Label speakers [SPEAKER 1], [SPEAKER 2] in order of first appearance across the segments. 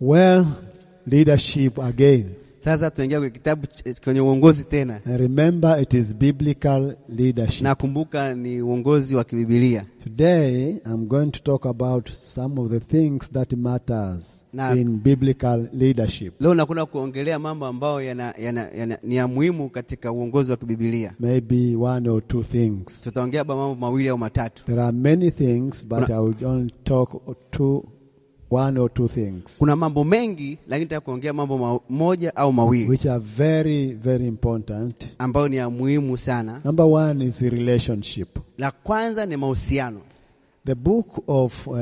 [SPEAKER 1] Well, leadership again.
[SPEAKER 2] Sasa tunaingia kwenye kitabu ch- kwenye uongozi tena.
[SPEAKER 1] And remember, it is biblical leadership.
[SPEAKER 2] Nakumbuka ni uongozi wa kibibilia.
[SPEAKER 1] Today, I'm going to talk about some of the things that matters
[SPEAKER 2] Na-
[SPEAKER 1] in biblical leadership.
[SPEAKER 2] Leo nakwenda kuongelea mambo ambayo yana, yana, yana, ni ya muhimu katika uongozi wa kibibilia.
[SPEAKER 1] Maybe one or two things.
[SPEAKER 2] Tutaongea ba- mambo mawili au matatu.
[SPEAKER 1] There are many things, but I will only talk two, one or two things,
[SPEAKER 2] Kuna mambo mengi, lakini nataka kuongea mambo ma, moja au mawili
[SPEAKER 1] which are very, very important.
[SPEAKER 2] ambayo ni ya muhimu sana.
[SPEAKER 1] Number one is relationship.
[SPEAKER 2] La kwanza ni mahusiano.
[SPEAKER 1] The book of uh,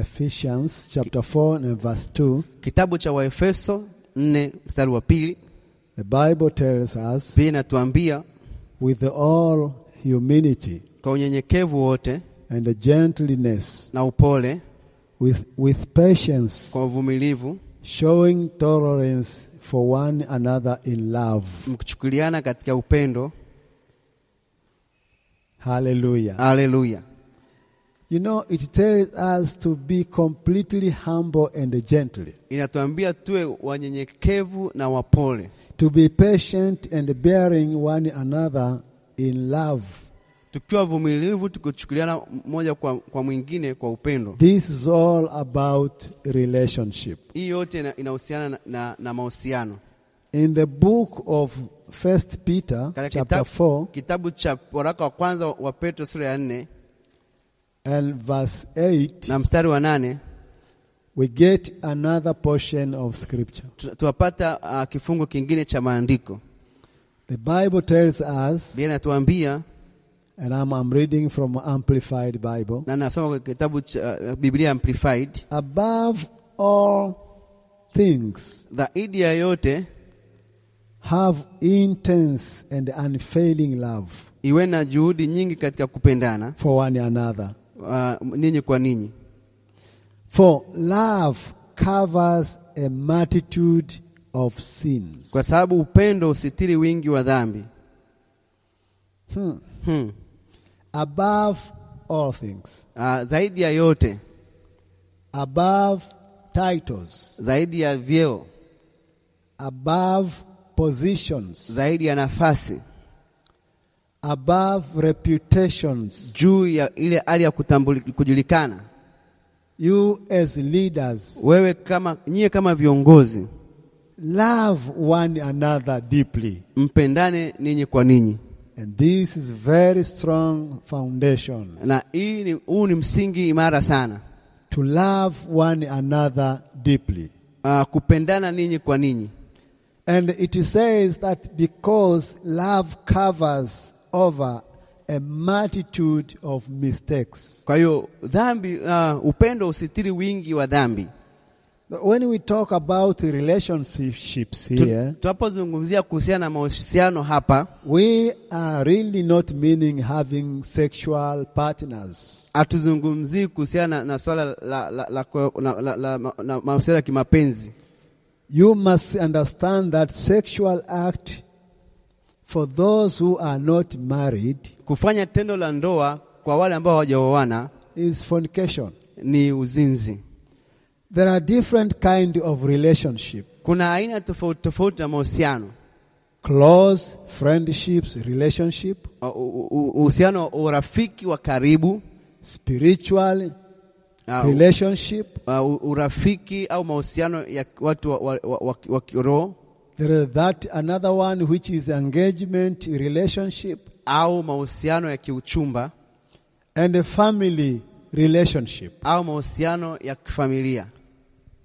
[SPEAKER 1] Ephesians, chapter 4 and verse 2,
[SPEAKER 2] Kitabu cha Waefeso nne mstari wa pili
[SPEAKER 1] the Bible tells us,
[SPEAKER 2] pia inatuambia
[SPEAKER 1] with all humility
[SPEAKER 2] kwa unyenyekevu wote
[SPEAKER 1] and gentleness,
[SPEAKER 2] na upole,
[SPEAKER 1] with, with patience,
[SPEAKER 2] kwa uvumilivu,
[SPEAKER 1] showing tolerance for one another in love.
[SPEAKER 2] mkichukuliana katika upendo.
[SPEAKER 1] Hallelujah.
[SPEAKER 2] Haleluya!
[SPEAKER 1] You know, it tells us to be completely humble and gentle,
[SPEAKER 2] Inatuambia tuwe wanyenyekevu na wapole,
[SPEAKER 1] to be patient and bearing one another in love.
[SPEAKER 2] tukiwa vumilivu, tukichukuliana mmoja kwa, kwa mwingine kwa upendo.
[SPEAKER 1] This is all about relationship.
[SPEAKER 2] Hii yote ina- inahusiana na, na, na mahusiano.
[SPEAKER 1] In the book of First Peter,
[SPEAKER 2] Katika
[SPEAKER 1] chapter
[SPEAKER 2] kitabu-
[SPEAKER 1] 4
[SPEAKER 2] kitabu cha waraka wa kwanza wa Petro sura ya nne
[SPEAKER 1] and verse 8,
[SPEAKER 2] na mstari wa nane
[SPEAKER 1] we get another portion of scripture.
[SPEAKER 2] tu- tuwapata uh, kifungu kingine cha maandiko.
[SPEAKER 1] The Bible tells us,
[SPEAKER 2] Biblia inatuambia
[SPEAKER 1] and I'm, I'm reading from Amplified Bible,
[SPEAKER 2] na nasoma kwa kitabu cha uh, Biblia Amplified,
[SPEAKER 1] above all things,
[SPEAKER 2] zaidi ya yote
[SPEAKER 1] have intense and unfailing love
[SPEAKER 2] iwe na juhudi nyingi katika kupendana
[SPEAKER 1] for one another.
[SPEAKER 2] uh, ninyi kwa ninyi,
[SPEAKER 1] For love covers a multitude of sins.
[SPEAKER 2] kwa sababu upendo usitiri wingi wa dhambi.
[SPEAKER 1] Hmm.
[SPEAKER 2] Hmm.
[SPEAKER 1] above all things,
[SPEAKER 2] Uh, zaidi ya yote,
[SPEAKER 1] above titles,
[SPEAKER 2] zaidi ya vyeo,
[SPEAKER 1] above positions,
[SPEAKER 2] zaidi ya nafasi,
[SPEAKER 1] above reputations.
[SPEAKER 2] juu ya ile hali ya kutambuli- kujulikana.
[SPEAKER 1] You as leaders
[SPEAKER 2] Wewe kama nyie kama viongozi,
[SPEAKER 1] love one another deeply.
[SPEAKER 2] mpendane ninyi kwa ninyi,
[SPEAKER 1] And this is very strong foundation
[SPEAKER 2] na hii ni, huu ni msingi imara sana
[SPEAKER 1] to love one another deeply.
[SPEAKER 2] uh, kupendana ninyi kwa ninyi.
[SPEAKER 1] And it says that because love covers over a multitude of mistakes.
[SPEAKER 2] Kwa hiyo dhambi, uh, upendo usitiri wingi wa dhambi.
[SPEAKER 1] But When we talk about relationships
[SPEAKER 2] Tu-
[SPEAKER 1] here,
[SPEAKER 2] Tunapozungumzia kuhusiana na mahusiano hapa,
[SPEAKER 1] we are really not meaning having sexual partners.
[SPEAKER 2] hatuzungumzii kuhusiana na swala la, la, la, kwa- na- la, la, ma- na mahusiano ya kimapenzi.
[SPEAKER 1] You must understand that sexual act for those who are not married
[SPEAKER 2] Kufanya tendo la ndoa kwa wale ambao hawajaoana
[SPEAKER 1] is fornication.
[SPEAKER 2] ni uzinzi.
[SPEAKER 1] There are different kind of relationship.
[SPEAKER 2] Kuna aina tofauti tofauti ya mahusiano,
[SPEAKER 1] Close friendships, relationship,
[SPEAKER 2] U- u- u- uhusiano wa urafiki wa karibu
[SPEAKER 1] spiritual
[SPEAKER 2] uh,
[SPEAKER 1] relationship.
[SPEAKER 2] uh, u- urafiki au mahusiano ya watu wa, wa, wa, wa, wa kiroho
[SPEAKER 1] There is that another one which is engagement relationship.
[SPEAKER 2] au mahusiano ya kiuchumba
[SPEAKER 1] and a family relationship.
[SPEAKER 2] au mahusiano ya kifamilia.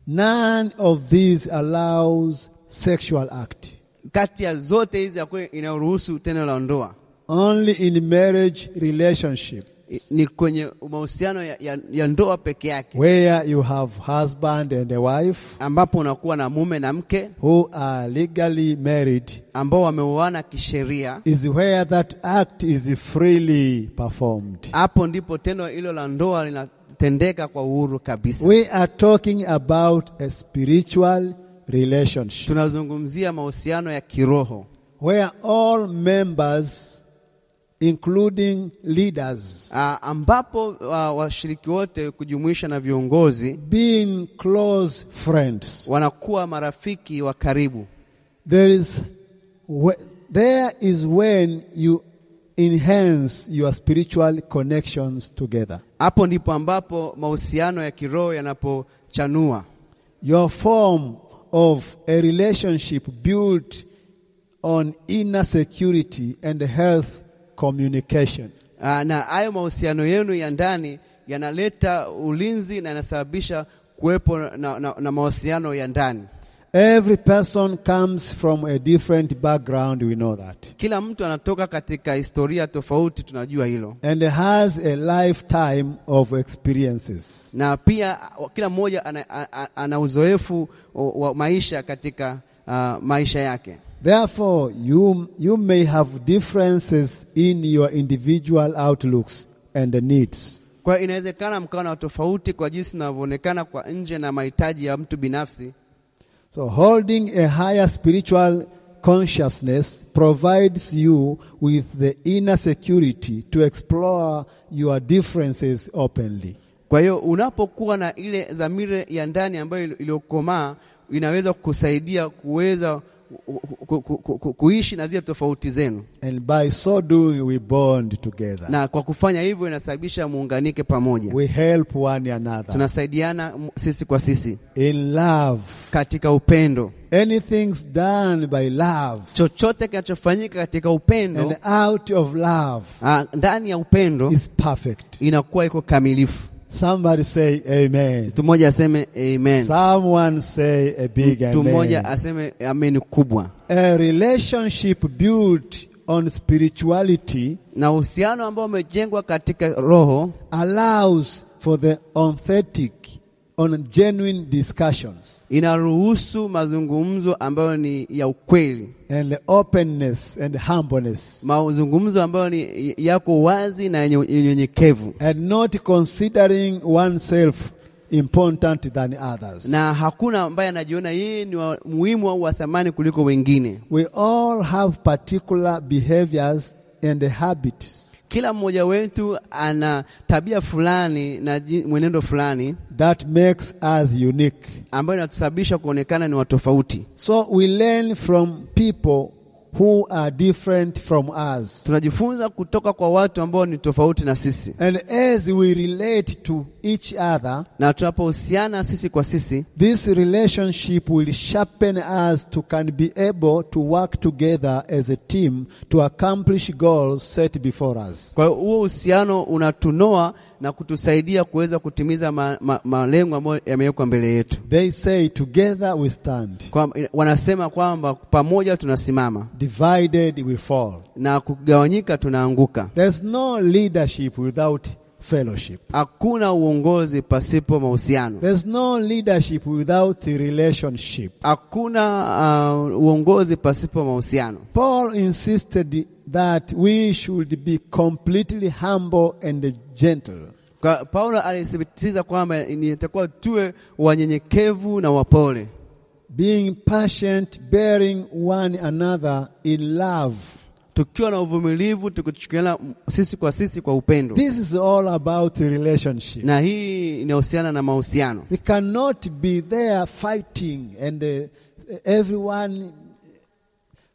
[SPEAKER 1] None of these allows sexual act.
[SPEAKER 2] Kati ya zote hizi hakuna inayoruhusu tendo la ndoa.
[SPEAKER 1] Only in marriage relationship
[SPEAKER 2] I- ni kwenye mahusiano ya, ya, ya ndoa peke yake
[SPEAKER 1] where you have husband and a wife
[SPEAKER 2] ambapo unakuwa na mume na mke
[SPEAKER 1] who are legally married
[SPEAKER 2] ambao wameoana kisheria.
[SPEAKER 1] is where that act is freely performed.
[SPEAKER 2] Hapo ndipo tendo hilo la ndoa linatendeka kwa uhuru kabisa.
[SPEAKER 1] We are talking about a spiritual relationship
[SPEAKER 2] Tunazungumzia mahusiano ya kiroho
[SPEAKER 1] where all members including leaders,
[SPEAKER 2] Ah, ambapo ah, washiriki wote kujumuisha na viongozi
[SPEAKER 1] being close friends.
[SPEAKER 2] wanakuwa marafiki wa karibu.
[SPEAKER 1] There is, whe- there is when you enhance your spiritual connections together.
[SPEAKER 2] Hapo ndipo ambapo mahusiano ya kiroho yanapochanua.
[SPEAKER 1] Your form of a relationship built on inner security and health communication.
[SPEAKER 2] Ah, na hayo mahusiano yenu ya ndani yanaleta ulinzi na yanasababisha kuwepo na, na, na mawasiliano ya ndani.
[SPEAKER 1] Every person comes from a different background, we know that.
[SPEAKER 2] Kila mtu anatoka katika historia tofauti, tunajua hilo,
[SPEAKER 1] And has a lifetime of experiences.
[SPEAKER 2] na pia ah, kila mmoja ana, a- a- ana uzoefu wa- wa maisha katika ah, maisha yake.
[SPEAKER 1] Therefore, you, you may have differences in your individual outlooks and needs.
[SPEAKER 2] Kwa hiyo inawezekana mkawa na tofauti kwa jinsi inavyoonekana kwa nje na mahitaji ya mtu binafsi.
[SPEAKER 1] So, holding a higher spiritual consciousness provides you with the inner security to explore your differences openly.
[SPEAKER 2] Kwa hiyo unapokuwa na ile dhamiri ya ndani ambayo ili- iliyokomaa inaweza kukusaidia kuweza ku- ku- ku- ku- ku- kuishi na zile tofauti zenu,
[SPEAKER 1] And by so doing, we bond together.
[SPEAKER 2] na kwa kufanya hivyo inasababisha muunganike pamoja,
[SPEAKER 1] we help one another.
[SPEAKER 2] tunasaidiana m- sisi kwa sisi
[SPEAKER 1] in love.
[SPEAKER 2] katika upendo.
[SPEAKER 1] Anything's done by love
[SPEAKER 2] Chochote kinachofanyika katika upendo
[SPEAKER 1] and out of love
[SPEAKER 2] ah, ndani ya upendo
[SPEAKER 1] is perfect.
[SPEAKER 2] inakuwa iko kamilifu.
[SPEAKER 1] Somebody say amen.
[SPEAKER 2] Mtu mmoja aseme amen.
[SPEAKER 1] Someone say a big
[SPEAKER 2] mtu mmoja
[SPEAKER 1] amen.
[SPEAKER 2] aseme ameni kubwa.
[SPEAKER 1] A relationship built on spirituality
[SPEAKER 2] Na uhusiano ambao umejengwa katika roho
[SPEAKER 1] allows for the authentic, on genuine discussions
[SPEAKER 2] inaruhusu mazungumzo ambayo ni ya ukweli,
[SPEAKER 1] and openness and humbleness,
[SPEAKER 2] mazungumzo ambayo ni yako wazi na yenye yenye unyenyekevu,
[SPEAKER 1] and not considering oneself important than others.
[SPEAKER 2] na hakuna ambaye anajiona yeye ni wa muhimu au wa thamani kuliko wengine.
[SPEAKER 1] We all have particular behaviors and habits
[SPEAKER 2] Kila mmoja wetu ana tabia fulani na ji- mwenendo fulani
[SPEAKER 1] that makes us unique.
[SPEAKER 2] ambayo inatusababisha kuonekana ni wa tofauti.
[SPEAKER 1] So we learn from people who are different from us.
[SPEAKER 2] Tunajifunza kutoka kwa watu ambao ni tofauti na sisi,
[SPEAKER 1] And as we relate to each other,
[SPEAKER 2] na tunapohusiana sisi kwa sisi
[SPEAKER 1] this relationship will sharpen us to can be able to work together as a team to accomplish goals set before us.
[SPEAKER 2] Kwa hiyo huo uhusiano unatunoa na kutusaidia kuweza kutimiza ma, ma, malengo ambayo yamewekwa mbele yetu.
[SPEAKER 1] They say together we stand,
[SPEAKER 2] Kwa, wanasema kwamba pamoja tunasimama
[SPEAKER 1] divided we fall.
[SPEAKER 2] na kugawanyika tunaanguka.
[SPEAKER 1] There's no leadership without fellowship.
[SPEAKER 2] Hakuna uongozi pasipo mahusiano,
[SPEAKER 1] There's no leadership without the relationship.
[SPEAKER 2] hakuna uh, uongozi pasipo mahusiano.
[SPEAKER 1] Paul insisted that we should be completely humble and gentle.
[SPEAKER 2] Kwa, Paulo alisisitiza kwamba nitakuwa tuwe wanyenyekevu na wapole,
[SPEAKER 1] Being patient, bearing one another in love.
[SPEAKER 2] tukiwa na uvumilivu, tukichukiana sisi kwa sisi kwa upendo,
[SPEAKER 1] This is all about the relationship.
[SPEAKER 2] na hii inahusiana na mahusiano.
[SPEAKER 1] We cannot be there fighting and uh, everyone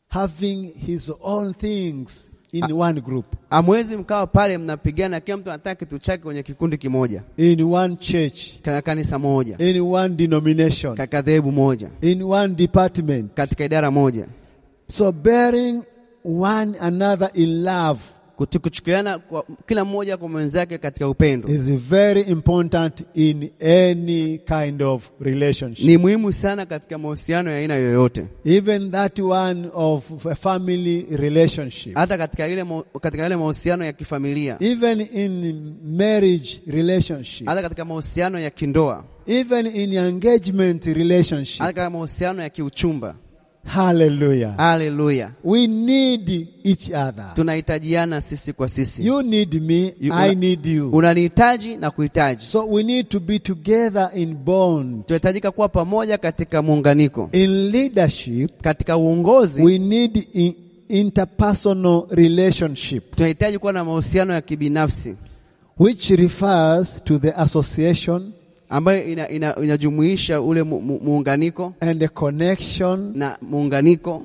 [SPEAKER 1] having his own things in one group,
[SPEAKER 2] Amwezi mkawa pale mnapigana, kila mtu anataka kitu chake kwenye kikundi kimoja,
[SPEAKER 1] in one church.
[SPEAKER 2] katika kanisa moja,
[SPEAKER 1] in one denomination,
[SPEAKER 2] katika dhehebu moja,
[SPEAKER 1] in one department.
[SPEAKER 2] katika idara moja,
[SPEAKER 1] So bearing one another in love
[SPEAKER 2] Kutu- kuchukiana kwa kila mmoja kwa mwenzake katika upendo
[SPEAKER 1] is very important in any kind of relationship.
[SPEAKER 2] ni muhimu sana katika mahusiano ya aina yoyote,
[SPEAKER 1] Even that one of a family relationship.
[SPEAKER 2] hata katika ile mo- katika yale mahusiano ya kifamilia,
[SPEAKER 1] Even in marriage relationship.
[SPEAKER 2] hata katika mahusiano ya kindoa,
[SPEAKER 1] Even in engagement
[SPEAKER 2] hata
[SPEAKER 1] relationship.
[SPEAKER 2] katika mahusiano ya kiuchumba.
[SPEAKER 1] Hallelujah.
[SPEAKER 2] Haleluya,
[SPEAKER 1] We need each other.
[SPEAKER 2] tunahitajiana sisi kwa sisi.
[SPEAKER 1] You need me,
[SPEAKER 2] You-
[SPEAKER 1] I need you.
[SPEAKER 2] Unanihitaji na kuhitaji,
[SPEAKER 1] So we need to be together in bond.
[SPEAKER 2] tunahitajika kuwa pamoja katika muunganiko,
[SPEAKER 1] In leadership,
[SPEAKER 2] katika uongozi
[SPEAKER 1] we need in interpersonal relationship,
[SPEAKER 2] tunahitaji kuwa na mahusiano ya kibinafsi
[SPEAKER 1] which refers to the association
[SPEAKER 2] ambayo ina, ina, inajumuisha ule mu, mu, muunganiko
[SPEAKER 1] and the connection,
[SPEAKER 2] na muunganiko,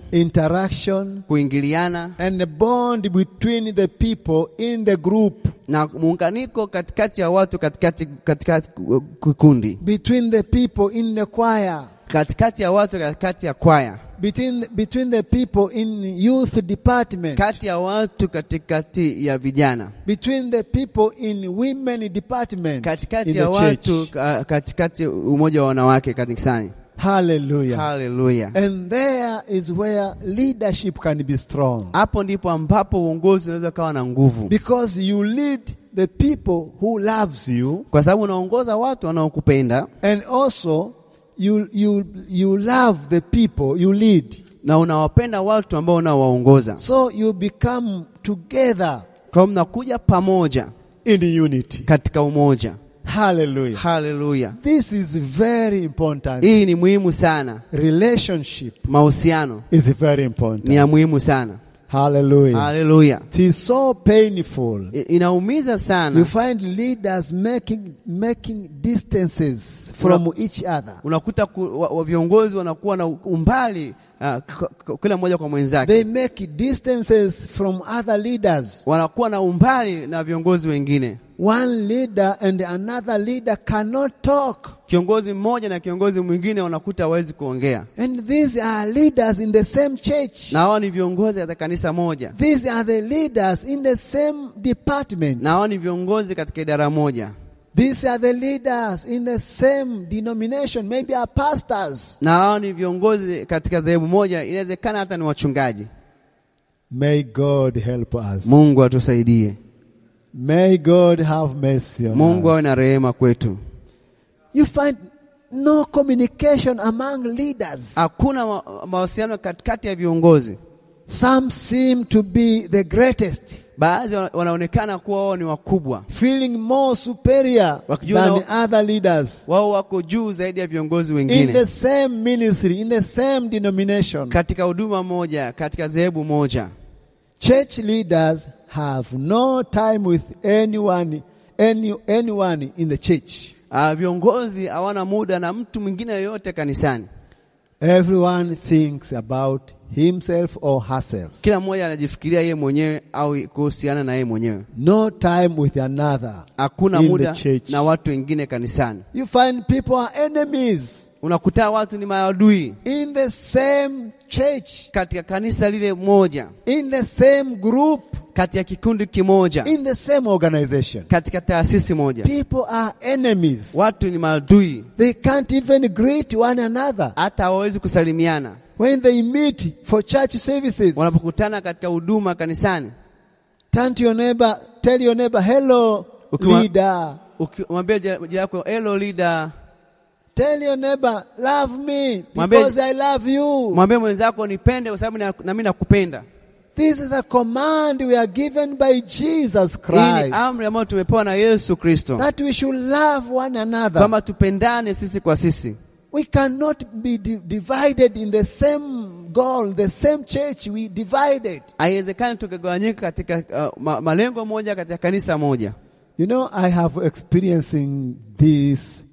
[SPEAKER 1] interaction,
[SPEAKER 2] kuingiliana
[SPEAKER 1] and the bond between the people in the group,
[SPEAKER 2] na muunganiko katikati ya watu, katikati katikati kikundi,
[SPEAKER 1] between the people in the choir,
[SPEAKER 2] katikati ya watu, katikati ya kwaya,
[SPEAKER 1] between, between the people in youth department,
[SPEAKER 2] kati ya watu, katikati ya vijana,
[SPEAKER 1] between the people in women department, in
[SPEAKER 2] katikati ya
[SPEAKER 1] the
[SPEAKER 2] watu,
[SPEAKER 1] church.
[SPEAKER 2] ka- katikati umoja wa wanawake kanisani.
[SPEAKER 1] Hallelujah.
[SPEAKER 2] Haleluya!
[SPEAKER 1] And there is where leadership can be strong.
[SPEAKER 2] Hapo ndipo ambapo uongozi unaweza ukawa na nguvu,
[SPEAKER 1] Because you lead the people who loves you
[SPEAKER 2] kwa sababu unaongoza watu wanaokupenda
[SPEAKER 1] and also you you you love the people you lead.
[SPEAKER 2] na unawapenda watu ambao unaowaongoza.
[SPEAKER 1] So you become together
[SPEAKER 2] Kwa hiyo mnakuja pamoja
[SPEAKER 1] in unity.
[SPEAKER 2] katika umoja.
[SPEAKER 1] Hallelujah.
[SPEAKER 2] Haleluya!
[SPEAKER 1] This is very important.
[SPEAKER 2] Hii ni muhimu sana.
[SPEAKER 1] Relationship
[SPEAKER 2] Mahusiano
[SPEAKER 1] is very
[SPEAKER 2] ni
[SPEAKER 1] important.
[SPEAKER 2] ya muhimu sana.
[SPEAKER 1] Hallelujah.
[SPEAKER 2] Haleluya!
[SPEAKER 1] It is so painful.
[SPEAKER 2] I- Inaumiza
[SPEAKER 1] You
[SPEAKER 2] sana,
[SPEAKER 1] find leaders making making distances from each other.
[SPEAKER 2] unakuta ku, wa, wa viongozi wanakuwa na umbali ah, k- k- kila mmoja kwa mwenzake,
[SPEAKER 1] They make distances from other leaders.
[SPEAKER 2] wanakuwa na umbali na viongozi wengine.
[SPEAKER 1] One leader and another leader cannot talk.
[SPEAKER 2] Kiongozi mmoja na kiongozi mwingine wanakuta hawezi kuongea,
[SPEAKER 1] And these are leaders in the same church.
[SPEAKER 2] na hawa ni viongozi katika kanisa moja,
[SPEAKER 1] These are the leaders in the same department.
[SPEAKER 2] na hawa ni viongozi katika idara moja,
[SPEAKER 1] These are the leaders in the same denomination, maybe are pastors.
[SPEAKER 2] na hawa ni viongozi katika dhehebu moja, inawezekana hata ni wachungaji.
[SPEAKER 1] May God help us.
[SPEAKER 2] Mungu atusaidie,
[SPEAKER 1] May God have mercy on
[SPEAKER 2] Mungu awe
[SPEAKER 1] us.
[SPEAKER 2] na rehema kwetu.
[SPEAKER 1] You find no communication among leaders.
[SPEAKER 2] Hakuna ma- mahusiano katikati ya viongozi.
[SPEAKER 1] Some seem to be the greatest.
[SPEAKER 2] Baadhi wana- wanaonekana kuwa wao ni wakubwa,
[SPEAKER 1] feeling more superior
[SPEAKER 2] Wakijua
[SPEAKER 1] than
[SPEAKER 2] nao-
[SPEAKER 1] other leaders
[SPEAKER 2] wao wako juu zaidi ya viongozi
[SPEAKER 1] in the
[SPEAKER 2] wengine
[SPEAKER 1] same ministry, in the same denomination.
[SPEAKER 2] katika huduma moja, katika dhehebu moja.
[SPEAKER 1] Church leaders have no time with anyone, any, anyone in the church.
[SPEAKER 2] Ah, Viongozi hawana muda na mtu mwingine yoyote kanisani.
[SPEAKER 1] Everyone thinks about himself or herself.
[SPEAKER 2] Kila mmoja anajifikiria yeye mwenyewe au kuhusiana na yeye mwenyewe.
[SPEAKER 1] No time with another.
[SPEAKER 2] Hakuna
[SPEAKER 1] In the
[SPEAKER 2] muda
[SPEAKER 1] church.
[SPEAKER 2] na watu wengine kanisani.
[SPEAKER 1] You find people are enemies
[SPEAKER 2] Unakuta watu ni maadui
[SPEAKER 1] in the same church,
[SPEAKER 2] katika kanisa lile moja,
[SPEAKER 1] in the same group,
[SPEAKER 2] katika kikundi kimoja,
[SPEAKER 1] in the same organization.
[SPEAKER 2] katika taasisi moja.
[SPEAKER 1] People are enemies.
[SPEAKER 2] Watu ni maadui,
[SPEAKER 1] They can't even greet one another
[SPEAKER 2] hata hawawezi kusalimiana
[SPEAKER 1] when they meet for church services.
[SPEAKER 2] wanapokutana katika huduma kanisani.
[SPEAKER 1] Turn to your neighbor, tell your neighbor, hello,
[SPEAKER 2] Ukiwa-
[SPEAKER 1] leader.
[SPEAKER 2] Ukimwambia jirani yako hello leader,
[SPEAKER 1] Tell your neighbor, love me
[SPEAKER 2] Mwambie-
[SPEAKER 1] because I love you.
[SPEAKER 2] mwambie mwenzako nipende kwa sababu na- na mimi nakupenda.
[SPEAKER 1] This is a command we are given by Jesus
[SPEAKER 2] Hii ni
[SPEAKER 1] Christ
[SPEAKER 2] amri ambayo tumepewa na Yesu Kristo
[SPEAKER 1] that we should love one another.
[SPEAKER 2] kwamba tupendane sisi kwa sisi.
[SPEAKER 1] We cannot be di- divided in the same goal, the same church. We divided.
[SPEAKER 2] Haiwezekani tukagawanyika katika uh, ma, malengo moja katika kanisa moja.
[SPEAKER 1] You know, I have experiencing this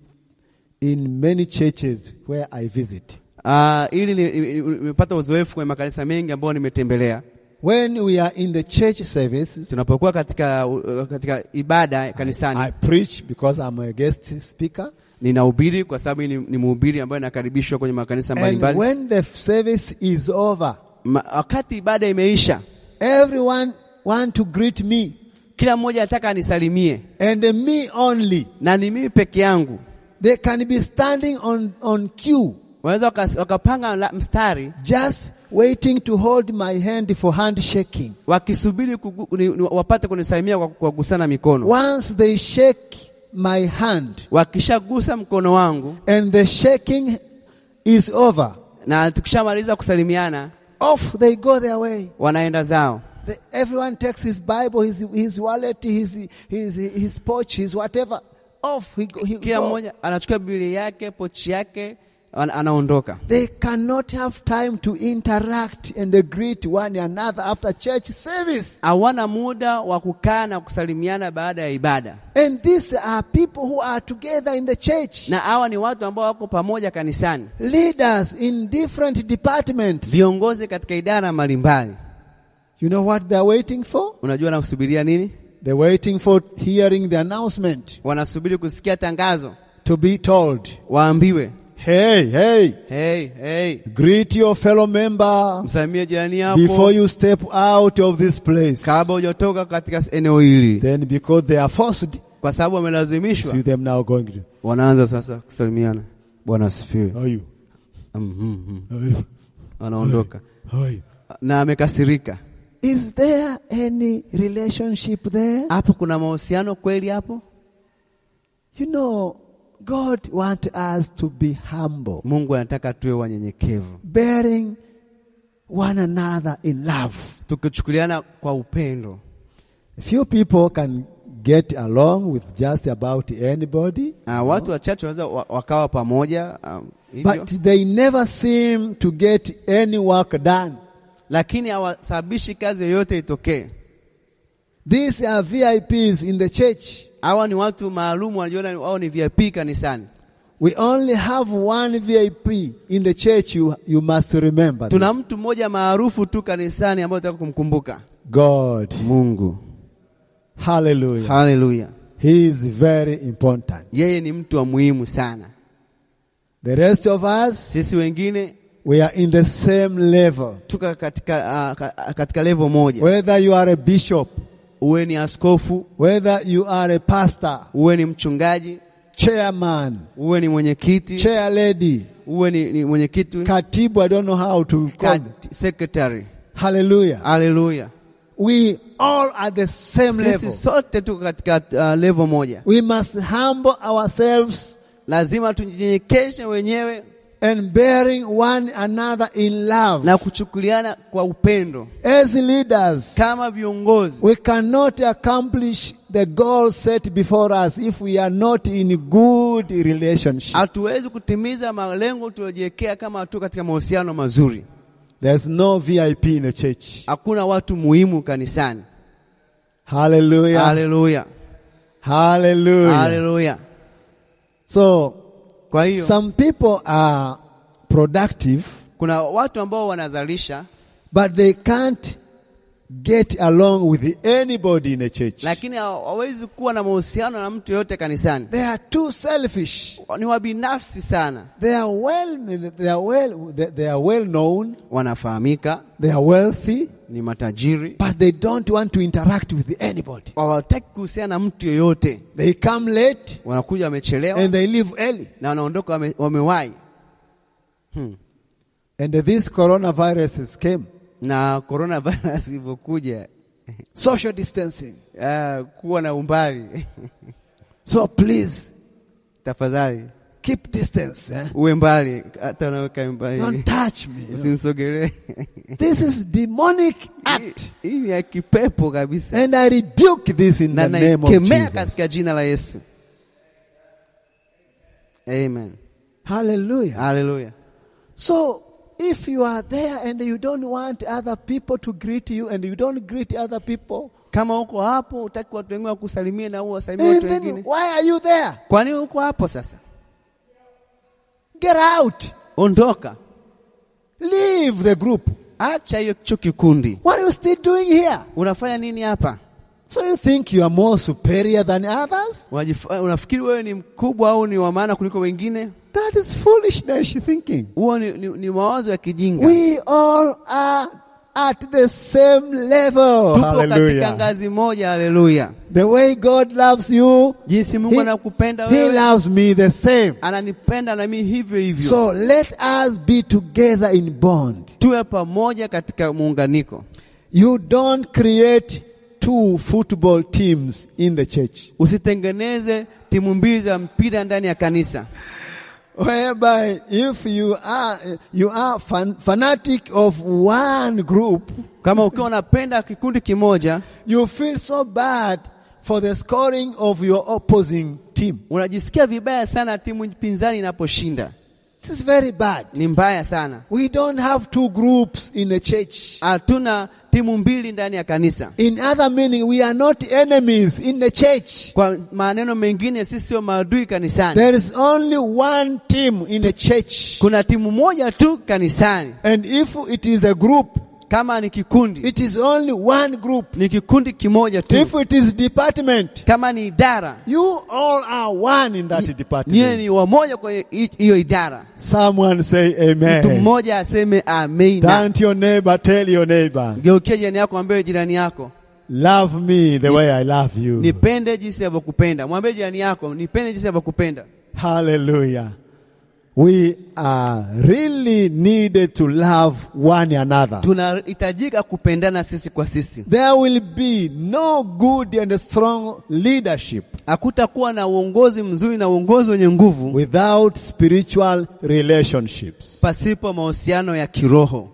[SPEAKER 1] in many churches where I visit.
[SPEAKER 2] Uh, ili ni- ni- ni- nimepata uzoefu kwenye makanisa mengi ambayo nimetembelea.
[SPEAKER 1] When we are in the church services,
[SPEAKER 2] Tunapokuwa katika, uh, katika ibada kanisani,
[SPEAKER 1] I preach because I'm a guest speaker.
[SPEAKER 2] ninahubiri kwa sababu ni, ni mhubiri ambaye nakaribishwa kwenye makanisa
[SPEAKER 1] And
[SPEAKER 2] mbalimbali.
[SPEAKER 1] when the service is over,
[SPEAKER 2] Ma, wakati ibada imeisha,
[SPEAKER 1] everyone want to greet me
[SPEAKER 2] kila mmoja anataka anisalimie
[SPEAKER 1] and me only.
[SPEAKER 2] na ni mimi peke yangu.
[SPEAKER 1] They can be standing on, on queue
[SPEAKER 2] Wanaweza wakas- wakapanga la- mstari
[SPEAKER 1] just waiting to hold my hand for handshaking.
[SPEAKER 2] wakisubiri kugu- ni- ni- wapate kunisalimia kwa kwa kugusana mikono.
[SPEAKER 1] Once they shake my hand,
[SPEAKER 2] Wakishagusa mkono wangu
[SPEAKER 1] and the shaking is over.
[SPEAKER 2] na tukishamaliza kusalimiana,
[SPEAKER 1] Off they go their way.
[SPEAKER 2] wanaenda zao.
[SPEAKER 1] The, everyone takes his Bible, his, his wallet, his, his, his pouch, his whatever. Off he, go, he
[SPEAKER 2] Kila
[SPEAKER 1] go.
[SPEAKER 2] mmoja anachukua Biblia yake, pochi yake ana- anaondoka
[SPEAKER 1] They cannot have time to interact and greet one another after church service.
[SPEAKER 2] hawana muda wa kukaa na kusalimiana baada ya ibada
[SPEAKER 1] And these are people who are together in the church,
[SPEAKER 2] na hawa ni watu ambao wako pamoja kanisani
[SPEAKER 1] leaders in different departments.
[SPEAKER 2] viongozi katika idara mbalimbali
[SPEAKER 1] You know what they're waiting for?
[SPEAKER 2] unajua nakusubiria nini
[SPEAKER 1] They're waiting for hearing the announcement
[SPEAKER 2] wanasubiri kusikia tangazo
[SPEAKER 1] to be told,
[SPEAKER 2] waambiwe
[SPEAKER 1] hey, hey,
[SPEAKER 2] hey, hey,
[SPEAKER 1] greet your fellow member
[SPEAKER 2] msalimie jirani
[SPEAKER 1] before
[SPEAKER 2] yako
[SPEAKER 1] you step out of this place.
[SPEAKER 2] kabla hujatoka katika eneo hili
[SPEAKER 1] Then because they are forced,
[SPEAKER 2] kwa sababu wamelazimishwa
[SPEAKER 1] see them now going to,
[SPEAKER 2] wanaanza sasa kusalimiana bwana asifiwe
[SPEAKER 1] how are you?
[SPEAKER 2] Mm, mm, mm.
[SPEAKER 1] How are you?
[SPEAKER 2] wanaondoka
[SPEAKER 1] How are you?
[SPEAKER 2] na amekasirika
[SPEAKER 1] Is there any relationship there?
[SPEAKER 2] hapo kuna mahusiano kweli hapo
[SPEAKER 1] You know, God wants us to be humble,
[SPEAKER 2] mungu anataka tuwe wanyenyekevu
[SPEAKER 1] bearing one another in love.
[SPEAKER 2] tukichukuliana kwa upendo
[SPEAKER 1] Few people can get along with just about anybody,
[SPEAKER 2] uh, watu wachache wanaweza wa- wakawa pamoja um, hivyo.
[SPEAKER 1] but they never seem to get any work done.
[SPEAKER 2] lakini hawasababishi kazi yoyote itokee
[SPEAKER 1] These are VIPs in the church.
[SPEAKER 2] hawa ni watu maalum wanajiona wao ni vip kanisani
[SPEAKER 1] We only have one VIP in the church, you, you must remember. this.
[SPEAKER 2] tuna mtu mmoja maarufu tu kanisani ambaye tunataka kumkumbuka
[SPEAKER 1] God.
[SPEAKER 2] mungu
[SPEAKER 1] Hallelujah.
[SPEAKER 2] haleluya
[SPEAKER 1] He is very important.
[SPEAKER 2] yeye ni mtu wa muhimu sana
[SPEAKER 1] The rest of us,
[SPEAKER 2] sisi wengine
[SPEAKER 1] we are in the same level.
[SPEAKER 2] tuka katika, uh, ka, katika levo moja
[SPEAKER 1] Whether you are a bishop,
[SPEAKER 2] uwe ni askofu
[SPEAKER 1] whether you are a pastor,
[SPEAKER 2] uwe ni mchungaji
[SPEAKER 1] chairman,
[SPEAKER 2] uwe ni mwenyekiti
[SPEAKER 1] chair lady,
[SPEAKER 2] uwe ni, ni mwenyekiti
[SPEAKER 1] katibu, I don't know how to call. it.
[SPEAKER 2] kat- secretary
[SPEAKER 1] Hallelujah.
[SPEAKER 2] haleluya
[SPEAKER 1] We all are the same
[SPEAKER 2] sisi
[SPEAKER 1] level.
[SPEAKER 2] sote tuko katika uh, levo moja
[SPEAKER 1] We must humble ourselves
[SPEAKER 2] lazima tujinyenyekeshe wenyewe
[SPEAKER 1] and bearing one another in love.
[SPEAKER 2] na kuchukuliana kwa upendo
[SPEAKER 1] As leaders,
[SPEAKER 2] kama viongozi
[SPEAKER 1] We cannot accomplish the goal set before us if we are not in good relationship.
[SPEAKER 2] hatuwezi kutimiza malengo tuliojiwekea kama hatu katika mahusiano mazuri
[SPEAKER 1] There's no VIP in the church.
[SPEAKER 2] hakuna watu muhimu kanisani
[SPEAKER 1] Hallelujah.
[SPEAKER 2] haleluya
[SPEAKER 1] Hallelujah.
[SPEAKER 2] haleluya
[SPEAKER 1] So,
[SPEAKER 2] kwa hiyo
[SPEAKER 1] some people are productive,
[SPEAKER 2] kuna watu ambao wanazalisha
[SPEAKER 1] but they can't get along with anybody in the church.
[SPEAKER 2] lakini hawawezi kuwa na mahusiano na mtu yoyote kanisani
[SPEAKER 1] They are too selfish.
[SPEAKER 2] ni wabinafsi sana
[SPEAKER 1] They are well, they are well, they are well known.
[SPEAKER 2] wanafahamika
[SPEAKER 1] They are wealthy,
[SPEAKER 2] ni matajiri
[SPEAKER 1] but they don't want to interact with anybody.
[SPEAKER 2] hawataki kuhusiana na mtu yoyote
[SPEAKER 1] They come late.
[SPEAKER 2] wanakuja wamechelewa
[SPEAKER 1] and they leave early.
[SPEAKER 2] na wanaondoka wame- wamewahi hmm.
[SPEAKER 1] And these coronaviruses came.
[SPEAKER 2] na coronavirus ilivyokuja
[SPEAKER 1] Social distancing.
[SPEAKER 2] uh, kuwa na umbali
[SPEAKER 1] So please
[SPEAKER 2] tafadhali
[SPEAKER 1] keep distance. eh?
[SPEAKER 2] uwe mbali hata unaweka mbali
[SPEAKER 1] Don't touch me.
[SPEAKER 2] usinisogelee
[SPEAKER 1] This is demonic act.
[SPEAKER 2] hii ni ya kipepo kabisa
[SPEAKER 1] And I rebuke this in
[SPEAKER 2] na
[SPEAKER 1] the name of
[SPEAKER 2] naikemea
[SPEAKER 1] Jesus.
[SPEAKER 2] katika jina la yesu amen
[SPEAKER 1] Hallelujah.
[SPEAKER 2] haleluya
[SPEAKER 1] So if you are there and you don't want other people to greet you and you don't greet other people,
[SPEAKER 2] kama uko hapo utaki watu wengine wakusalimie na uwe wasalimie
[SPEAKER 1] and
[SPEAKER 2] watu
[SPEAKER 1] then
[SPEAKER 2] wengine
[SPEAKER 1] why are you there?
[SPEAKER 2] kwa nini uko hapo sasa
[SPEAKER 1] Get out.
[SPEAKER 2] ondoka
[SPEAKER 1] Leave the group.
[SPEAKER 2] acha hiyo cho kikundi
[SPEAKER 1] What are you still doing here?
[SPEAKER 2] unafanya nini hapa
[SPEAKER 1] So you think you are more superior than others?
[SPEAKER 2] Unajif- eh, unafikiri wewe ni mkubwa au ni wa maana kuliko wengine
[SPEAKER 1] That is foolishness thinking.
[SPEAKER 2] huo ni, ni, ni mawazo ya kijinga
[SPEAKER 1] We all are at the same level.
[SPEAKER 2] tupo katika ngazi moja haleluya
[SPEAKER 1] The way God loves you,
[SPEAKER 2] jinsi mungu
[SPEAKER 1] He-
[SPEAKER 2] anakupenda
[SPEAKER 1] He
[SPEAKER 2] wewe
[SPEAKER 1] loves me the same.
[SPEAKER 2] ananipenda na mimi hivyo hivyo
[SPEAKER 1] So let us be together in bond.
[SPEAKER 2] tuwe pamoja katika muunganiko
[SPEAKER 1] You don't create two football teams in the church
[SPEAKER 2] usitengeneze timu mbili za mpira ndani ya kanisa
[SPEAKER 1] whereby if you are you are fan, fanatic of one group
[SPEAKER 2] kama ukiwa unapenda kikundi kimoja
[SPEAKER 1] you feel so bad for the scoring of your opposing team
[SPEAKER 2] unajisikia vibaya sana timu pinzani inaposhinda
[SPEAKER 1] This is very bad.
[SPEAKER 2] ni mbaya sana.
[SPEAKER 1] We don't have two groups in a church.
[SPEAKER 2] Hatuna timu mbili ndani ya kanisa.
[SPEAKER 1] In other meaning, we are not enemies in the church.
[SPEAKER 2] Kwa maneno mengine, sisi sio maadui kanisani.
[SPEAKER 1] There is only one team in the church.
[SPEAKER 2] Kuna timu moja tu kanisani.
[SPEAKER 1] And if it is a group,
[SPEAKER 2] Kama ni kikundi,
[SPEAKER 1] it is only one group.
[SPEAKER 2] ni kikundi kimoja tu.
[SPEAKER 1] If it is department,
[SPEAKER 2] Kama ni idara,
[SPEAKER 1] you all are one in that
[SPEAKER 2] nyie
[SPEAKER 1] department.
[SPEAKER 2] ni wamoja kwa hi- hiyo idara.
[SPEAKER 1] Someone say
[SPEAKER 2] Mtu
[SPEAKER 1] amen.
[SPEAKER 2] mmoja aseme amina.
[SPEAKER 1] Turn to your neighbor, tell your neighbor,
[SPEAKER 2] Geukia jirani yako, mwambie jirani yako
[SPEAKER 1] love me the way I love you.
[SPEAKER 2] nipende jinsi ninavyokupenda. Mwambie jirani yako nipende jinsi ninavyokupenda.
[SPEAKER 1] Hallelujah. We are really needed to love one another.
[SPEAKER 2] Tunahitajika kupendana sisi kwa sisi.
[SPEAKER 1] There will be no good and strong leadership
[SPEAKER 2] Hakutakuwa na uongozi mzuri na uongozi wenye nguvu
[SPEAKER 1] without spiritual relationships.
[SPEAKER 2] pasipo mahusiano ya kiroho.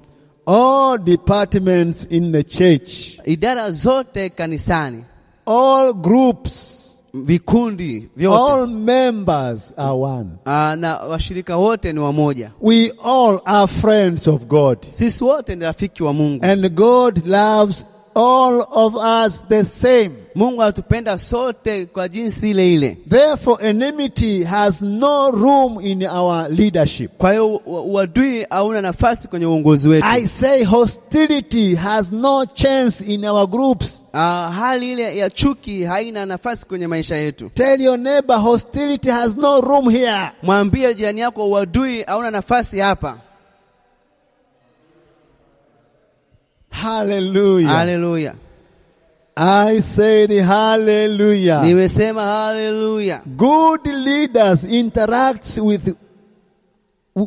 [SPEAKER 1] All departments in the church,
[SPEAKER 2] Idara zote kanisani,
[SPEAKER 1] all groups,
[SPEAKER 2] vikundi vyote,
[SPEAKER 1] all members are one.
[SPEAKER 2] ah, na washirika wote ni wamoja.
[SPEAKER 1] We all are friends of God.
[SPEAKER 2] Sisi wote ni rafiki wa Mungu.
[SPEAKER 1] And God loves all of us the same.
[SPEAKER 2] Mungu atupenda sote kwa jinsi ile ile.
[SPEAKER 1] Therefore, enmity has no room in our leadership.
[SPEAKER 2] Kwa hiyo u- u- uadui hauna nafasi kwenye uongozi wetu.
[SPEAKER 1] I say hostility has no chance in our groups.
[SPEAKER 2] Ah, hali ile ya chuki haina nafasi kwenye maisha yetu.
[SPEAKER 1] Tell your neighbor hostility has no room here.
[SPEAKER 2] Mwambie jirani yako uadui hauna nafasi hapa.
[SPEAKER 1] Hallelujah.
[SPEAKER 2] Haleluya.
[SPEAKER 1] I said hallelujah.
[SPEAKER 2] Ah. Nimesema haleluya.
[SPEAKER 1] Good leaders interact with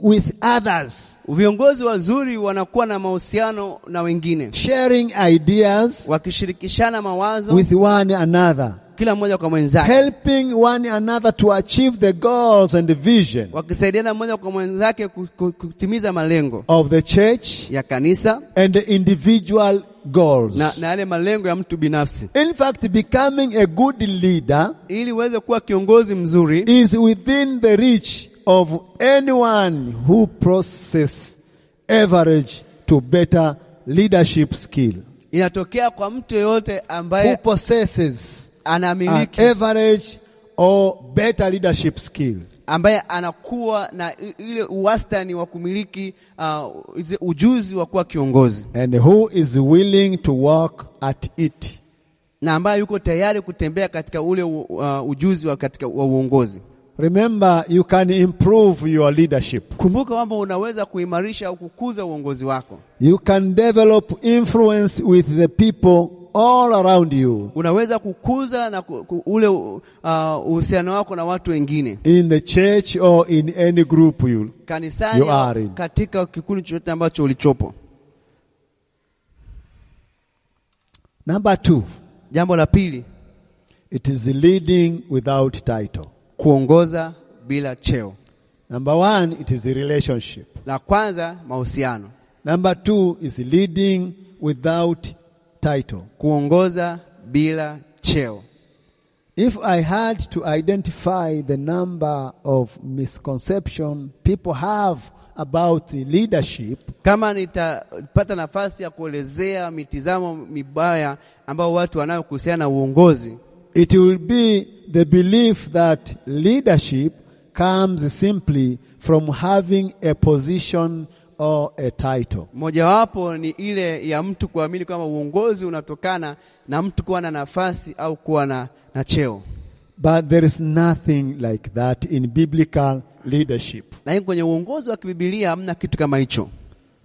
[SPEAKER 1] with others,
[SPEAKER 2] Viongozi wazuri wanakuwa na mahusiano na wengine,
[SPEAKER 1] sharing ideas
[SPEAKER 2] wakishirikishana mawazo
[SPEAKER 1] with one another,
[SPEAKER 2] kila mmoja kwa mwenzake,
[SPEAKER 1] helping one another to achieve the goals and the vision
[SPEAKER 2] wakisaidiana mmoja kwa mwenzake ku- ku- kutimiza malengo
[SPEAKER 1] of the church
[SPEAKER 2] ya kanisa
[SPEAKER 1] and the individual goals.
[SPEAKER 2] na, na yale malengo ya mtu binafsi.
[SPEAKER 1] In fact, becoming a good leader
[SPEAKER 2] Ili uweze kuwa kiongozi mzuri,
[SPEAKER 1] is within the reach of anyone who process average to better leadership skill.
[SPEAKER 2] inatokea kwa mtu yeyote
[SPEAKER 1] Who
[SPEAKER 2] ambaye
[SPEAKER 1] possesses an
[SPEAKER 2] anamiliki
[SPEAKER 1] average or better leadership skill.
[SPEAKER 2] ambaye anakuwa na i- ile uwastani wa kumiliki uh, izi- ujuzi wa kuwa kiongozi
[SPEAKER 1] And who is willing to work at it?
[SPEAKER 2] na ambaye yuko tayari kutembea katika ule u- uh, ujuzi wa, katika, wa uongozi.
[SPEAKER 1] Remember, you can improve your leadership.
[SPEAKER 2] Kumbuka kwamba unaweza kuimarisha au kukuza uongozi wako,
[SPEAKER 1] You can develop influence with the people all around you
[SPEAKER 2] unaweza kukuza na ku, ku, ule uh, uhusiano wako na watu wengine
[SPEAKER 1] in the church or in any group you
[SPEAKER 2] kanisani,
[SPEAKER 1] You are in.
[SPEAKER 2] katika kikundi chochote ambacho ulichopo.
[SPEAKER 1] Number two,
[SPEAKER 2] Jambo la pili,
[SPEAKER 1] it is leading without title.
[SPEAKER 2] kuongoza bila cheo.
[SPEAKER 1] Number one, it is a relationship.
[SPEAKER 2] La kwanza mahusiano,
[SPEAKER 1] Number two is leading without title.
[SPEAKER 2] kuongoza bila cheo.
[SPEAKER 1] If I had to identify the number of misconception people have about leadership,
[SPEAKER 2] Kama nitapata nafasi ya kuelezea mitizamo mibaya ambayo watu wanayo kuhusiana na uongozi,
[SPEAKER 1] it will be the belief that leadership comes simply from having a position or a title.
[SPEAKER 2] mojawapo ni ile ya mtu kuamini kwamba uongozi unatokana na mtu kuwa na nafasi au kuwa na, na cheo.
[SPEAKER 1] But there is nothing like that in biblical leadership.
[SPEAKER 2] Lakini kwenye uongozi wa kibibilia hamna kitu kama hicho.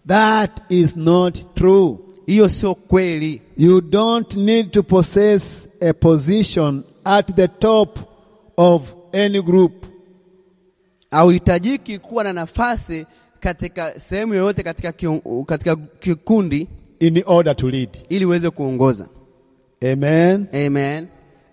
[SPEAKER 1] That is not true.
[SPEAKER 2] Hiyo sio kweli.
[SPEAKER 1] You don't need to possess a position at the top of any group.
[SPEAKER 2] Hauhitajiki kuwa na nafasi katika sehemu yoyote katika, kion- katika kikundi
[SPEAKER 1] in order to lead.
[SPEAKER 2] ili uweze kuongoza.
[SPEAKER 1] Amen.
[SPEAKER 2] Amen.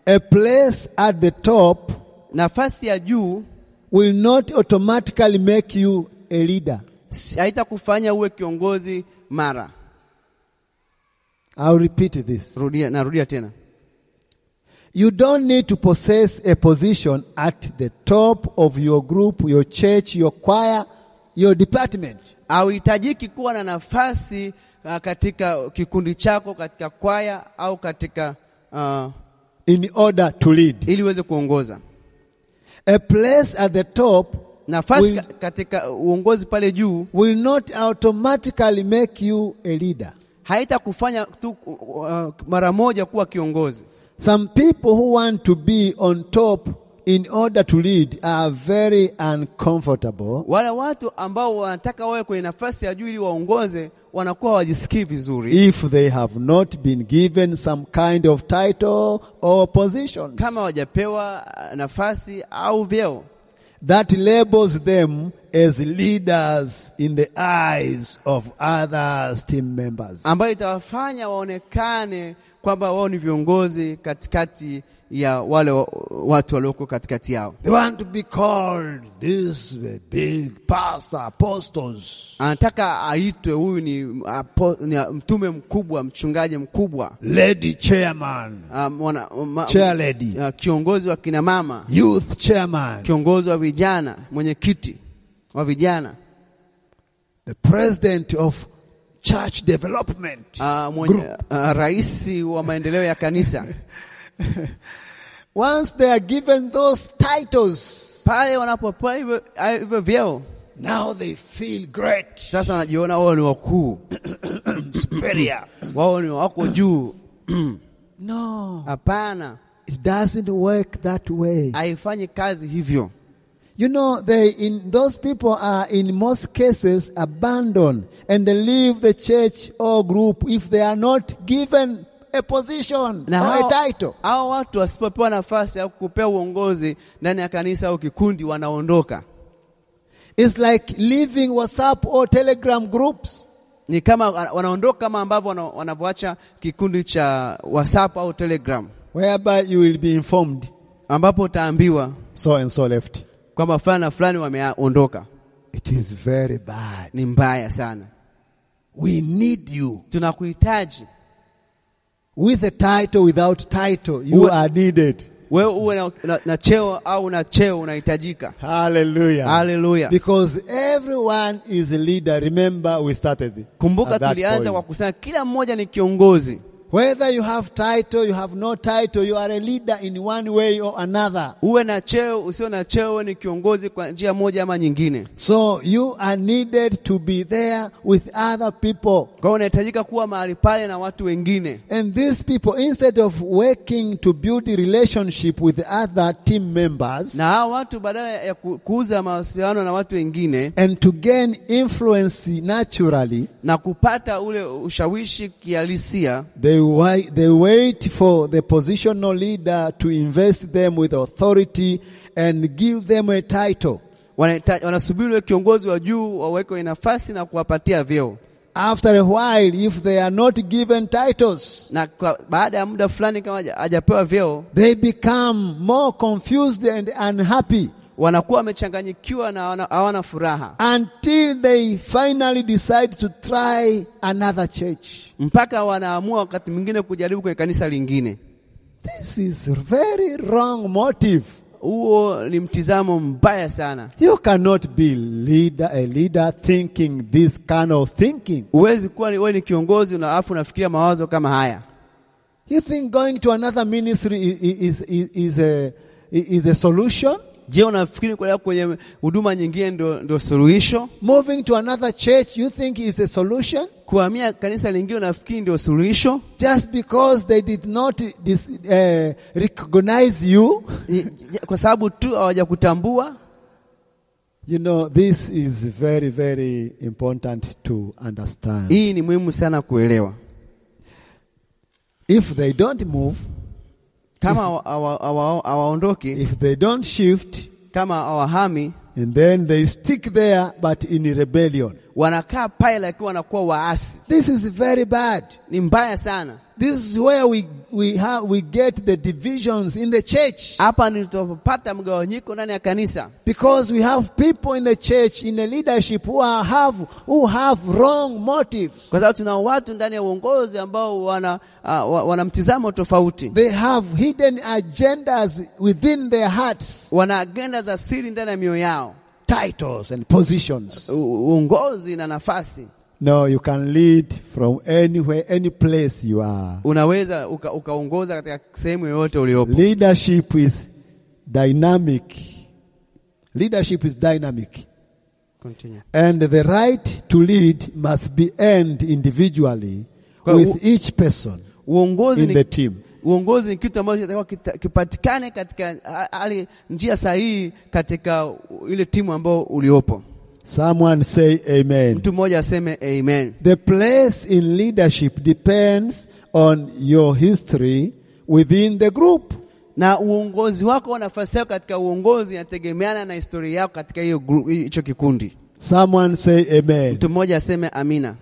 [SPEAKER 1] A place at the top
[SPEAKER 2] Nafasi ya juu
[SPEAKER 1] will not automatically make you a leader.
[SPEAKER 2] si- haitakufanya uwe kiongozi mara.
[SPEAKER 1] I'll repeat this.
[SPEAKER 2] Rudia, narudia tena.
[SPEAKER 1] You don't need to possess a position at the top of your group, your church, your choir, your department.
[SPEAKER 2] hauhitajiki kuwa na nafasi uh, katika kikundi chako katika kwaya au katika uh,
[SPEAKER 1] in order to lead.
[SPEAKER 2] ili uweze kuongoza
[SPEAKER 1] A place at the top
[SPEAKER 2] nafasi
[SPEAKER 1] Win-
[SPEAKER 2] ka- katika uongozi pale juu
[SPEAKER 1] will not automatically make you a leader.
[SPEAKER 2] haitakufanya tu uh, mara moja kuwa kiongozi
[SPEAKER 1] Some people who want to be on top in order to lead are very uncomfortable
[SPEAKER 2] wale watu ambao wanataka wawe kwenye nafasi ya juu ili waongoze wanakuwa wajisikii vizuri
[SPEAKER 1] if they have not been given some kind of title or position
[SPEAKER 2] kama wajapewa uh, nafasi au vyeo
[SPEAKER 1] that labels them as leaders in the eyes of others team members.
[SPEAKER 2] ambayo itawafanya waonekane kwamba wao ni viongozi katikati ya wale wa, watu walioko katikati yao
[SPEAKER 1] They want to be called these uh, big pastor apostles,
[SPEAKER 2] anataka aitwe huyu ni, apo, ni uh, mtume mkubwa mchungaji mkubwa
[SPEAKER 1] lady chairman,
[SPEAKER 2] uh, mwana, ma,
[SPEAKER 1] chair lady,
[SPEAKER 2] uh, kiongozi wa kina mama
[SPEAKER 1] youth chairman,
[SPEAKER 2] kiongozi wa vijana mwenyekiti wa vijana
[SPEAKER 1] the president of church development.
[SPEAKER 2] uh,
[SPEAKER 1] Group.
[SPEAKER 2] mwenye, uh, rais wa maendeleo ya kanisa
[SPEAKER 1] Once they are given those titles,
[SPEAKER 2] pale wanapopewa hivyo hayo- hivyo vyeo
[SPEAKER 1] now they feel great,
[SPEAKER 2] sasa wanajiona wao ni wakuu
[SPEAKER 1] superior.
[SPEAKER 2] wao ni wako juu
[SPEAKER 1] no,
[SPEAKER 2] hapana
[SPEAKER 1] it doesn't work that way.
[SPEAKER 2] haifanyi kazi hivyo
[SPEAKER 1] You know, they in those people are in most cases abandoned and they leave the church or group if they are not given a position
[SPEAKER 2] na
[SPEAKER 1] or a
[SPEAKER 2] hao-
[SPEAKER 1] title.
[SPEAKER 2] hao watu wasipopewa nafasi au kupewa uongozi ndani ya kanisa au kikundi wanaondoka
[SPEAKER 1] It's like leaving WhatsApp or Telegram groups.
[SPEAKER 2] ni kama wana- wanaondoka kama ambavyo wana- wanavyoacha kikundi cha whatsapp au telegram
[SPEAKER 1] Whereby you will be informed
[SPEAKER 2] ambapo utaambiwa
[SPEAKER 1] so and so left.
[SPEAKER 2] kwamba fulani na fulani wameondoka
[SPEAKER 1] It is very bad.
[SPEAKER 2] ni mbaya sana
[SPEAKER 1] We need you.
[SPEAKER 2] tunakuhitaji
[SPEAKER 1] With a title, without title, you
[SPEAKER 2] Uwe-
[SPEAKER 1] are needed.
[SPEAKER 2] wewe uwe na, na, na cheo au na cheo unahitajika
[SPEAKER 1] Hallelujah.
[SPEAKER 2] Hallelujah.
[SPEAKER 1] Because everyone is a leader. Remember, we started. it
[SPEAKER 2] kumbuka
[SPEAKER 1] at that
[SPEAKER 2] tulianza
[SPEAKER 1] point.
[SPEAKER 2] kwa kusema kila mmoja ni kiongozi
[SPEAKER 1] Whether you have title, you have no title, you are a leader in one way or another.
[SPEAKER 2] uwe na cheo usio na cheo ni kiongozi kwa njia moja ama nyingine
[SPEAKER 1] So you are needed to be there with other people.
[SPEAKER 2] kwa hiyo unahitajika kuwa mahali pale na watu wengine
[SPEAKER 1] And these people, instead of working to build a relationship with other team members
[SPEAKER 2] na hao watu badala ya ku- kuuza mawasiliano na watu wengine
[SPEAKER 1] and to gain influence naturally,
[SPEAKER 2] na kupata ule ushawishi kihalisia
[SPEAKER 1] they, wi- they wait for the positional leader to invest them with authority and give them a title.
[SPEAKER 2] wanahita- wanasubiri ule kiongozi wa juu waweke kwenye nafasi na kuwapatia vyeo
[SPEAKER 1] After a while, if they are not given titles,
[SPEAKER 2] na kwa, baada ya muda fulani kama haja- hajapewa vyeo
[SPEAKER 1] They become more confused and unhappy
[SPEAKER 2] wanakuwa wamechanganyikiwa na hawana- hawana furaha
[SPEAKER 1] until they finally decide to try another church.
[SPEAKER 2] mpaka wanaamua wakati mwingine kujaribu kwenye kanisa lingine
[SPEAKER 1] This is very wrong motive.
[SPEAKER 2] huo ni mtizamo mbaya sana
[SPEAKER 1] You cannot be leader a leader thinking this kind of thinking.
[SPEAKER 2] huwezi kuwa ni- wewe ni kiongozi na afu unafikiria mawazo kama haya
[SPEAKER 1] You think going to another ministry i- i- is, is, is, a, is a solution?
[SPEAKER 2] je unafikiri kuelekea kwenye huduma nyingine ndo, ndo suluhisho
[SPEAKER 1] Moving to another church you think is a solution?
[SPEAKER 2] kuhamia kanisa lingine unafikiri ndio suluhisho
[SPEAKER 1] Just because they did not dis, uh, recognize you?
[SPEAKER 2] Ni- j- kwa sababu tu hawajakutambua
[SPEAKER 1] You know, this is very, very important to understand.
[SPEAKER 2] hii ni muhimu sana kuelewa
[SPEAKER 1] If they don't move,
[SPEAKER 2] kama hawa- hawa- hawa- hawaondoki
[SPEAKER 1] if they don't shift,
[SPEAKER 2] kama hawahami
[SPEAKER 1] and then they stick there but in rebellion,
[SPEAKER 2] wanakaa pale lakini wanakuwa waasi
[SPEAKER 1] this is very bad.
[SPEAKER 2] ni mbaya sana
[SPEAKER 1] This is where we, we, have, we get the divisions in the church
[SPEAKER 2] hapa ndio tunapopata mgawanyiko ndani ya kanisa
[SPEAKER 1] because we have people in the church in the leadership who are have who have wrong motives.
[SPEAKER 2] kwa sababu tuna watu ndani ya uongozi ambao wana, uh, wa- wana mtizamo tofauti
[SPEAKER 1] They have hidden agendas within their hearts.
[SPEAKER 2] wana agenda za siri ndani ya mioyo yao
[SPEAKER 1] titles and positions.
[SPEAKER 2] u- uongozi na nafasi.
[SPEAKER 1] No, you can lead from anywhere, any place you are.
[SPEAKER 2] Unaweza uka- ukaongoza katika sehemu yoyote uliopo.
[SPEAKER 1] Leadership is dynamic. Leadership is dynamic.
[SPEAKER 2] Continue.
[SPEAKER 1] And the right to lead must be earned individually
[SPEAKER 2] Kwa u-
[SPEAKER 1] with each person
[SPEAKER 2] Uongozi
[SPEAKER 1] in the
[SPEAKER 2] ni,
[SPEAKER 1] team.
[SPEAKER 2] uongozi ni kitu ambacho kinatakiwa kita- kipatikane katika ha- hali njia sahihi katika u- ile timu ambayo uliopo.
[SPEAKER 1] Someone say amen.
[SPEAKER 2] Mtu mmoja aseme amen.
[SPEAKER 1] The place in leadership depends on your history within the group.
[SPEAKER 2] Na uongozi wako, nafasi yako katika uongozi inategemeana na historia yako katika hiyo gru- hicho kikundi.
[SPEAKER 1] Someone say amen.
[SPEAKER 2] Mtu mmoja aseme amina.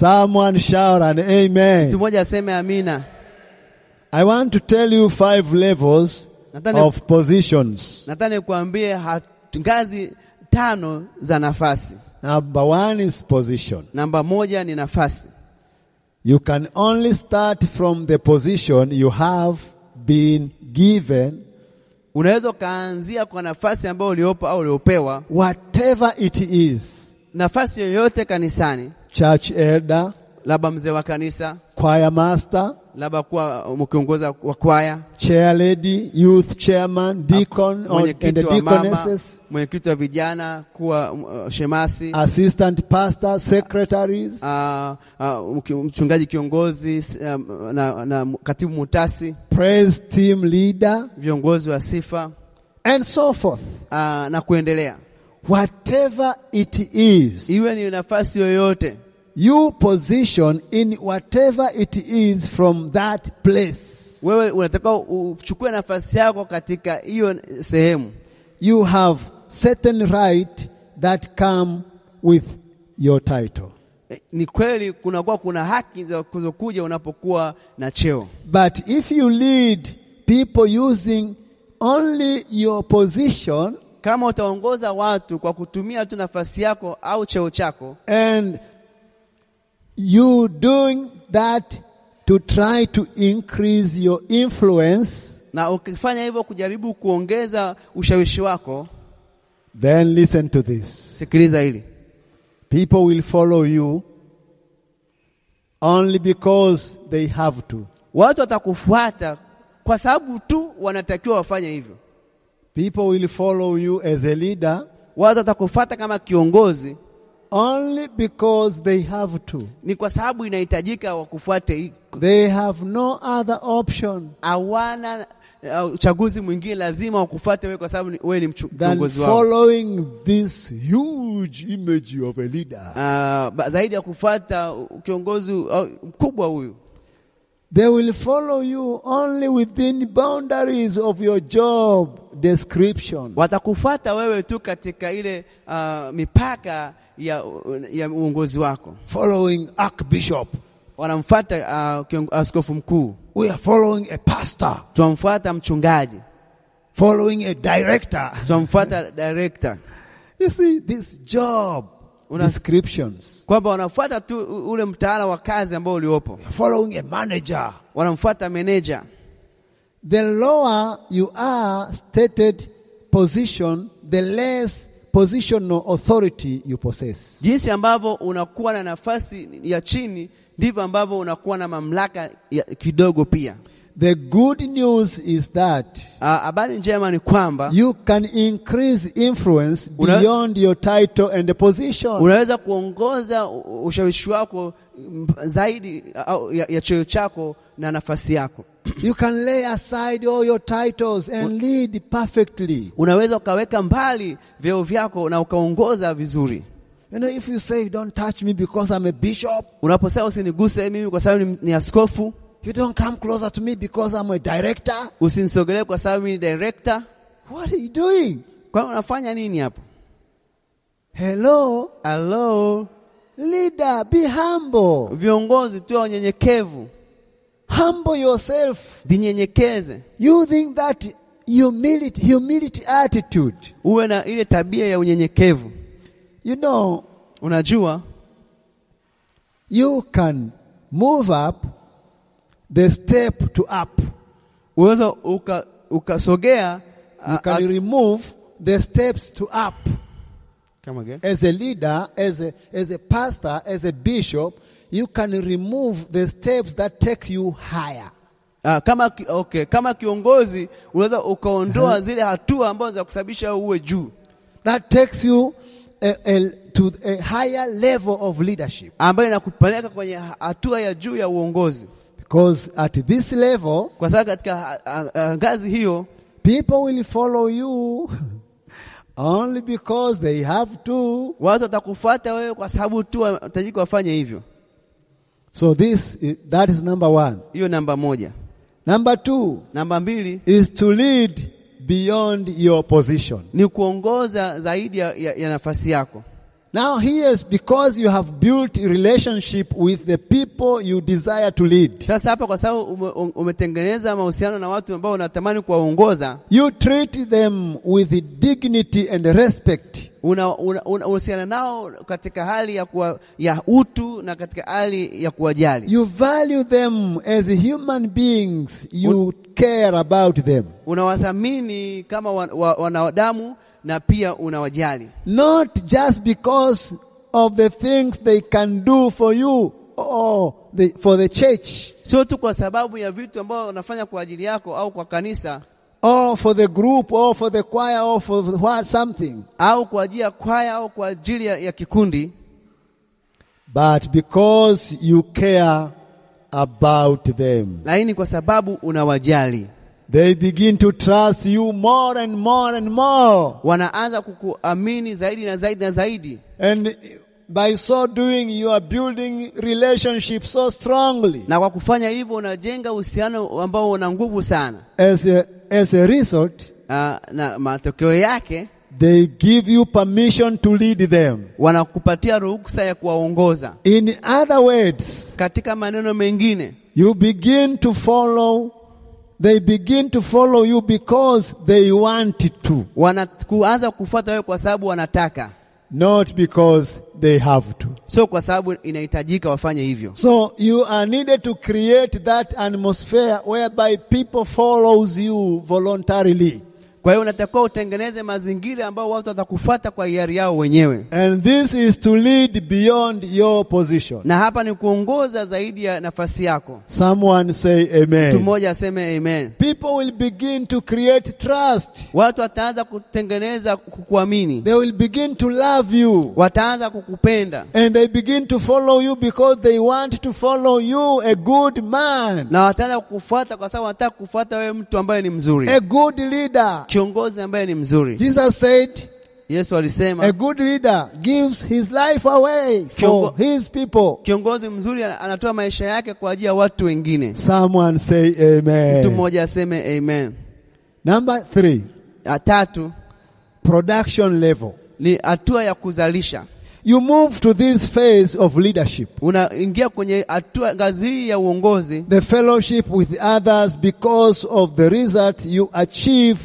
[SPEAKER 1] Someone shout an
[SPEAKER 2] Mtu
[SPEAKER 1] amen.
[SPEAKER 2] mmoja aseme amina.
[SPEAKER 1] I want to tell you five levels
[SPEAKER 2] Nataka ni-
[SPEAKER 1] of positions.
[SPEAKER 2] Nataka nikuambie hat- ngazi tano za nafasi.
[SPEAKER 1] Number one is position.
[SPEAKER 2] Namba moja ni nafasi.
[SPEAKER 1] You can only start from the position you have been given,
[SPEAKER 2] Unaweza ukaanzia kwa nafasi ambayo uliopo au uliopewa,
[SPEAKER 1] whatever it is.
[SPEAKER 2] nafasi yoyote kanisani,
[SPEAKER 1] Church elder,
[SPEAKER 2] labda mzee wa kanisa,
[SPEAKER 1] choir master,
[SPEAKER 2] labda kuwa mkiongoza wa kwaya,
[SPEAKER 1] chair lady, youth chairman, deacon, or, Oh, and the
[SPEAKER 2] mwenyekiti wa mama,
[SPEAKER 1] deaconesses,
[SPEAKER 2] mwenyekiti wa vijana, kuwa uh, shemasi,
[SPEAKER 1] assistant pastor, secretaries.
[SPEAKER 2] uh, uh, mki- mchungaji kiongozi s- um, na, na katibu mutasi,
[SPEAKER 1] praise team leader,
[SPEAKER 2] viongozi wa sifa
[SPEAKER 1] and so forth.
[SPEAKER 2] uh, na kuendelea.
[SPEAKER 1] Whatever it is,
[SPEAKER 2] Iwe ni nafasi yoyote
[SPEAKER 1] you position in whatever it is from that place.
[SPEAKER 2] wewe unatakiwa uchukue nafasi yako katika hiyo sehemu.
[SPEAKER 1] You have certain right that come with your title.
[SPEAKER 2] Eh, Ni kweli kunakuwa kuna haki za kuzokuja unapokuwa na cheo,
[SPEAKER 1] But if you lead people using only your position
[SPEAKER 2] kama utaongoza watu kwa kutumia tu nafasi yako au cheo chako
[SPEAKER 1] and you doing that to try to increase your influence,
[SPEAKER 2] na ukifanya hivyo kujaribu kuongeza ushawishi wako,
[SPEAKER 1] then listen to this.
[SPEAKER 2] sikiliza hili,
[SPEAKER 1] People will follow you only because they have to.
[SPEAKER 2] watu watakufuata kwa sababu tu wanatakiwa wafanye hivyo.
[SPEAKER 1] People will follow you as a leader
[SPEAKER 2] Watu watakufuata kama kiongozi
[SPEAKER 1] only because they have to.
[SPEAKER 2] ni kwa sababu inahitajika wakufuate, hii.
[SPEAKER 1] They have no other option
[SPEAKER 2] hawana uh, uchaguzi mwingine, lazima wakufuate wewe kwa sababu ni- wewe ni mchu-
[SPEAKER 1] than
[SPEAKER 2] kiongozi wao.
[SPEAKER 1] following this huge image of a leader.
[SPEAKER 2] Ah, ba- zaidi ya kufuata u- kiongozi au mkubwa huyu,
[SPEAKER 1] They will follow you only within boundaries of your job description.
[SPEAKER 2] watakufuata wewe tu katika ile uh, mipaka ya, ya uongozi wako.
[SPEAKER 1] Following Archbishop.
[SPEAKER 2] Wanamfuata uh, kiong- askofu mkuu,
[SPEAKER 1] We are following a pastor.
[SPEAKER 2] tunamfuata mchungaji,
[SPEAKER 1] Following a director.
[SPEAKER 2] tunamfuata director,
[SPEAKER 1] You see, this job
[SPEAKER 2] Una-
[SPEAKER 1] descriptions,
[SPEAKER 2] kwamba wanafuata tu u- ule mtaala wa kazi ambao uliopo,
[SPEAKER 1] following a manager.
[SPEAKER 2] wanamfuata meneja.
[SPEAKER 1] The lower you are stated position, the less positional authority you possess.
[SPEAKER 2] Jinsi ambavyo unakuwa na nafasi ya chini ndivyo ambavyo unakuwa na mamlaka ya, kidogo pia.
[SPEAKER 1] The good news is that
[SPEAKER 2] Ah, Habari njema ni kwamba
[SPEAKER 1] you can increase influence
[SPEAKER 2] Una-
[SPEAKER 1] beyond your title and the position.
[SPEAKER 2] unaweza kuongoza u- ushawishi wako mm, zaidi au, ya, ya cheo chako na nafasi yako.
[SPEAKER 1] You can lay aside all your titles and lead perfectly.
[SPEAKER 2] Unaweza ukaweka mbali vyeo vyako na ukaongoza vizuri.
[SPEAKER 1] You know, if you say, don't touch me because I'm a bishop,
[SPEAKER 2] Unaposema usiniguse mimi kwa sababu ni, ni askofu,
[SPEAKER 1] you don't come closer to me because I'm a director.
[SPEAKER 2] usinisogelee kwa sababu mimi ni director.
[SPEAKER 1] What are you doing?
[SPEAKER 2] Kwa hiyo unafanya nini hapo?
[SPEAKER 1] Hello,
[SPEAKER 2] Hello,
[SPEAKER 1] leader, be humble.
[SPEAKER 2] viongozi tu wanyenyekevu,
[SPEAKER 1] Humble yourself
[SPEAKER 2] jinyenyekeze.
[SPEAKER 1] using that humility, humility attitude.
[SPEAKER 2] uwe na ile tabia ya unyenyekevu.
[SPEAKER 1] You know,
[SPEAKER 2] Unajua
[SPEAKER 1] you can move up the step to up.
[SPEAKER 2] uwezo uka, ukasogea
[SPEAKER 1] You
[SPEAKER 2] a-
[SPEAKER 1] can
[SPEAKER 2] a-
[SPEAKER 1] remove the steps to up.
[SPEAKER 2] Come again.
[SPEAKER 1] As a leader, as a, as a pastor, as a bishop, you can remove the steps that take you higher.
[SPEAKER 2] Ah, kama ki- okay, kama kiongozi unaweza ukaondoa zile hatua ambazo za kusababisha uwe juu
[SPEAKER 1] That takes you a, a, to a higher level of leadership.
[SPEAKER 2] ambayo inakupeleka kwenye ha- hatua ya juu ya uongozi,
[SPEAKER 1] Because at this level,
[SPEAKER 2] kwa sababu katika ha- ha- ha- ngazi hiyo
[SPEAKER 1] people will follow you only because they have to.
[SPEAKER 2] watu watakufuata wewe kwa sababu tu watajiki wafanye hivyo.
[SPEAKER 1] So this is, that is number one.
[SPEAKER 2] Hiyo namba moja.
[SPEAKER 1] Number two
[SPEAKER 2] Namba mbili
[SPEAKER 1] is to lead beyond your position.
[SPEAKER 2] ni kuongoza zaidi ya, ya, ya nafasi yako.
[SPEAKER 1] Now here is because you have built a relationship with the people you desire to lead.
[SPEAKER 2] Sasa hapa, kwa sababu ume, um- umetengeneza mahusiano na watu ambao unatamani kuwaongoza,
[SPEAKER 1] You treat them with dignity and respect.
[SPEAKER 2] unahusiana una, una, unahusiana nao katika hali ya, kuwa, ya utu na katika hali ya kuwajali.
[SPEAKER 1] You value them as human beings. You care about them.
[SPEAKER 2] Unawathamini kama wa, wa, wanadamu na pia unawajali,
[SPEAKER 1] Not just because of the things they can do for you or the, for the church
[SPEAKER 2] sio tu kwa sababu ya vitu ambao wanafanya kwa ajili yako au kwa kanisa
[SPEAKER 1] or for the group or for the choir or for what, something,
[SPEAKER 2] au kwa ajili ya kwaya au kwa ajili ya, ya kikundi,
[SPEAKER 1] but because you care about them.
[SPEAKER 2] lakini kwa sababu unawajali.
[SPEAKER 1] They begin to trust you more and more and more.
[SPEAKER 2] wanaanza kukuamini zaidi na zaidi na zaidi,
[SPEAKER 1] And by so doing, you are building relationships so strongly.
[SPEAKER 2] na kwa kufanya hivyo unajenga uhusiano ambao una nguvu sana.
[SPEAKER 1] As a, as a result,
[SPEAKER 2] Aa, na matokeo yake
[SPEAKER 1] they give you permission to lead them.
[SPEAKER 2] wanakupatia ruhusa ya kuwaongoza.
[SPEAKER 1] In other words,
[SPEAKER 2] Katika maneno mengine,
[SPEAKER 1] you begin to follow, they begin to follow you because they want to,
[SPEAKER 2] wanaanza kufuata wewe kwa sababu wanataka,
[SPEAKER 1] not because they have to.
[SPEAKER 2] sio kwa sababu inahitajika wafanye hivyo.
[SPEAKER 1] So you are needed to create that atmosphere whereby people follows you voluntarily.
[SPEAKER 2] Kwa hiyo unatakiwa utengeneze mazingira ambao watu watakufuata kwa hiari yao wenyewe,
[SPEAKER 1] And this is to lead beyond your position.
[SPEAKER 2] na hapa ni kuongoza zaidi ya nafasi yako.
[SPEAKER 1] Someone say
[SPEAKER 2] Mtu
[SPEAKER 1] amen.
[SPEAKER 2] mmoja aseme amen.
[SPEAKER 1] People will begin to create trust.
[SPEAKER 2] Watu wataanza kutengeneza kukuamini
[SPEAKER 1] They will begin to love you.
[SPEAKER 2] wataanza kukupenda
[SPEAKER 1] And they begin to follow you because they want to follow you, a good man,
[SPEAKER 2] na wataanza kukufuata kwa sababu wanataka kufuata wewe mtu ambaye ni mzuri,
[SPEAKER 1] a good leader.
[SPEAKER 2] kiongozi ambaye ni mzuri.
[SPEAKER 1] Jesus said,
[SPEAKER 2] Yesu
[SPEAKER 1] a
[SPEAKER 2] alisema
[SPEAKER 1] good leader gives his life away for
[SPEAKER 2] Kiongo-
[SPEAKER 1] his people.
[SPEAKER 2] kiongozi mzuri ana- anatoa maisha yake kwa ajili ya watu wengine.
[SPEAKER 1] Someone say
[SPEAKER 2] Mtu
[SPEAKER 1] amen.
[SPEAKER 2] mmoja aseme amen.
[SPEAKER 1] Number three,
[SPEAKER 2] Ya tatu
[SPEAKER 1] production level.
[SPEAKER 2] ni hatua ya kuzalisha.
[SPEAKER 1] You move to this phase of leadership.
[SPEAKER 2] Unaingia kwenye hatua ngazi hii ya uongozi,
[SPEAKER 1] the fellowship with others because of the result you achieve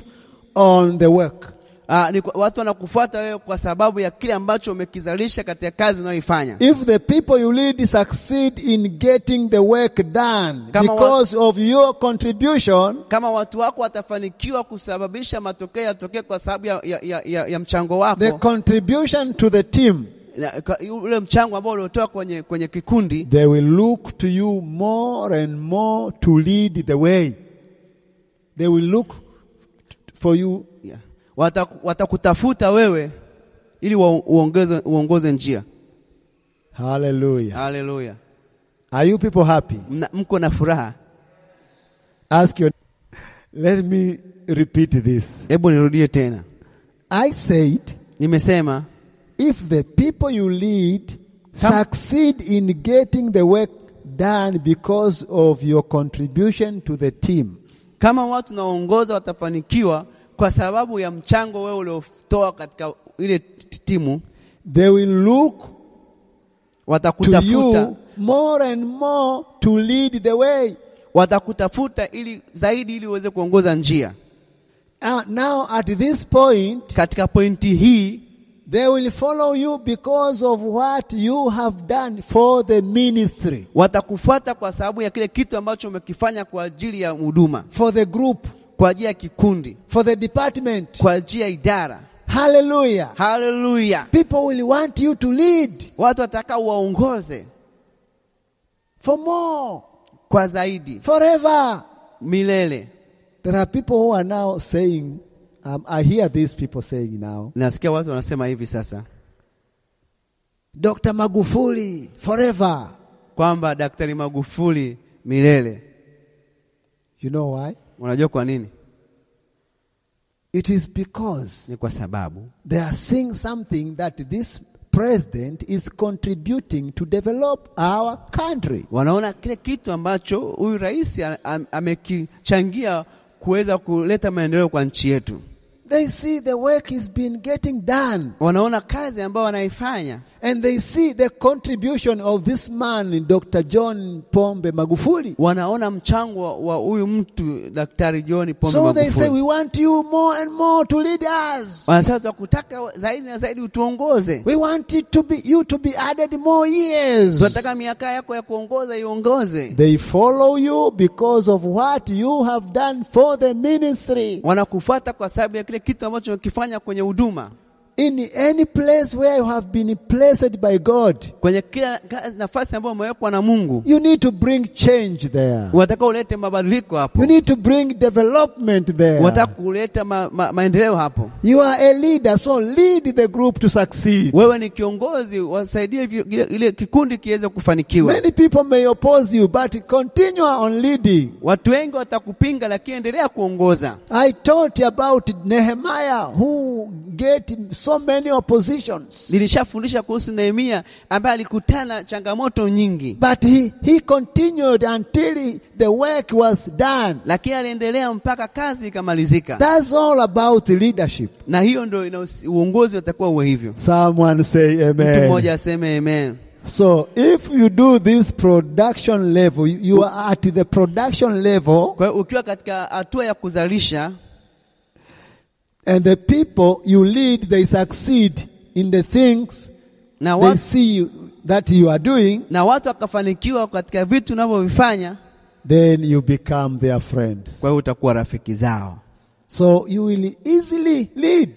[SPEAKER 1] on the work.
[SPEAKER 2] aa, ah, ni kwa, watu wanakufuata wewe kwa sababu ya kile ambacho umekizalisha katika kazi unayoifanya.
[SPEAKER 1] If the people you lead succeed in getting the work done
[SPEAKER 2] Kama wa-
[SPEAKER 1] because of your contribution,
[SPEAKER 2] kama watu wako watafanikiwa kusababisha matokeo yatokee kwa sababu ya, ya, ya, ya, ya mchango
[SPEAKER 1] the
[SPEAKER 2] wako
[SPEAKER 1] contribution to the team,
[SPEAKER 2] na, ka, ule mchango ambao uliotoa kwenye, kwenye kikundi
[SPEAKER 1] they will look to you more and more to lead the way. They will look for you.
[SPEAKER 2] yeah. Wataku- watakutafuta wewe ili wa, uongeze, uongoze njia.
[SPEAKER 1] Hallelujah.
[SPEAKER 2] Haleluya!
[SPEAKER 1] Are you people happy?
[SPEAKER 2] Mna- Mko na furaha?
[SPEAKER 1] Ask your. Let me repeat this.
[SPEAKER 2] Hebu nirudie tena,
[SPEAKER 1] I said
[SPEAKER 2] nimesema
[SPEAKER 1] If the people you lead
[SPEAKER 2] Come.
[SPEAKER 1] succeed in getting the work done because of your contribution to the team,
[SPEAKER 2] kama watu naongoza watafanikiwa kwa sababu ya mchango wewe uliotoa katika ile t- timu,
[SPEAKER 1] they will look to
[SPEAKER 2] watakutafuta
[SPEAKER 1] you more and more to lead the way.
[SPEAKER 2] watakutafuta ili zaidi ili uweze kuongoza njia.
[SPEAKER 1] Uh, now, at this point,
[SPEAKER 2] Katika pointi hii
[SPEAKER 1] they will follow you because of what you have done for the ministry,
[SPEAKER 2] watakufuata kwa sababu ya kile kitu ambacho umekifanya kwa ajili ya huduma,
[SPEAKER 1] for the group,
[SPEAKER 2] kwa ajili ya kikundi,
[SPEAKER 1] for the department.
[SPEAKER 2] kwa ajili ya idara.
[SPEAKER 1] Hallelujah.
[SPEAKER 2] haleluya
[SPEAKER 1] People will want you to lead
[SPEAKER 2] watu wataka uwaongoze
[SPEAKER 1] for more,
[SPEAKER 2] kwa zaidi
[SPEAKER 1] forever.
[SPEAKER 2] milele
[SPEAKER 1] There are people who are now saying, um, I hear these people saying now,
[SPEAKER 2] nasikia watu wanasema hivi sasa
[SPEAKER 1] Dr. Magufuli, forever.
[SPEAKER 2] kwamba daktari magufuli milele
[SPEAKER 1] You know why?
[SPEAKER 2] unajua kwa nini
[SPEAKER 1] It is because
[SPEAKER 2] ni kwa sababu
[SPEAKER 1] they are seeing something that this president is contributing to develop our country.
[SPEAKER 2] wanaona kile kitu ambacho huyu rais a- am- amekichangia kuweza kuleta maendeleo kwa nchi yetu
[SPEAKER 1] They see the work is been getting done
[SPEAKER 2] wanaona kazi ambayo wanaifanya
[SPEAKER 1] and they see the contribution of this man Dr. John Pombe Magufuli.
[SPEAKER 2] wanaona mchango wa- wa huyu mtu daktari john pombe
[SPEAKER 1] So they say
[SPEAKER 2] magufuli
[SPEAKER 1] we want you more and more to lead us.
[SPEAKER 2] wanasema tunakutaka zaidi na zaidi utuongoze
[SPEAKER 1] We want it to be you to be added more years.
[SPEAKER 2] tunataka miaka yako ya kuongoza iongoze
[SPEAKER 1] They follow you because of what you have done for the ministry.
[SPEAKER 2] wanakufuata kwa sababu ya kile kitu ambacho umekifanya kwenye huduma
[SPEAKER 1] In any place where you have been placed by God,
[SPEAKER 2] kwenye kila kazi- nafasi ambayo umewekwa na mungu
[SPEAKER 1] you need to bring change there.
[SPEAKER 2] unataka ulete mabadiliko hapo
[SPEAKER 1] You need to bring development
[SPEAKER 2] unataka
[SPEAKER 1] there.
[SPEAKER 2] kuleta ma, ma, maendeleo hapo
[SPEAKER 1] You are a leader, so lead the group to succeed.
[SPEAKER 2] wewe ni kiongozi wasaidie vi- ile ile kikundi kiweze kufanikiwa
[SPEAKER 1] Many people may oppose you, but continue on leading.
[SPEAKER 2] watu wengi watakupinga lakini endelea kuongoza
[SPEAKER 1] I taught about Nehemiah who get so many oppositions,
[SPEAKER 2] nilishafundisha kuhusu nehemia ambaye alikutana changamoto nyingi
[SPEAKER 1] but he, he continued until he- the work was done.
[SPEAKER 2] lakini aliendelea mpaka kazi ikamalizika
[SPEAKER 1] That's all about leadership.
[SPEAKER 2] na hiyo ndio inahusi- uongozi utakuwa uwe hivyo
[SPEAKER 1] Someone say
[SPEAKER 2] mtu
[SPEAKER 1] amen.
[SPEAKER 2] mmoja aseme amen
[SPEAKER 1] So if you do this production level, you- you are at the production level,
[SPEAKER 2] kwa hiyo ukiwa katika hatua ya kuzalisha
[SPEAKER 1] and the people you lead, they succeed in the things
[SPEAKER 2] na
[SPEAKER 1] they
[SPEAKER 2] watu,
[SPEAKER 1] see you, that you are doing,
[SPEAKER 2] na watu wakafanikiwa katika vitu unavyovifanya
[SPEAKER 1] then you become their friends.
[SPEAKER 2] kwa hiyo utakuwa rafiki zao
[SPEAKER 1] So you will easily lead.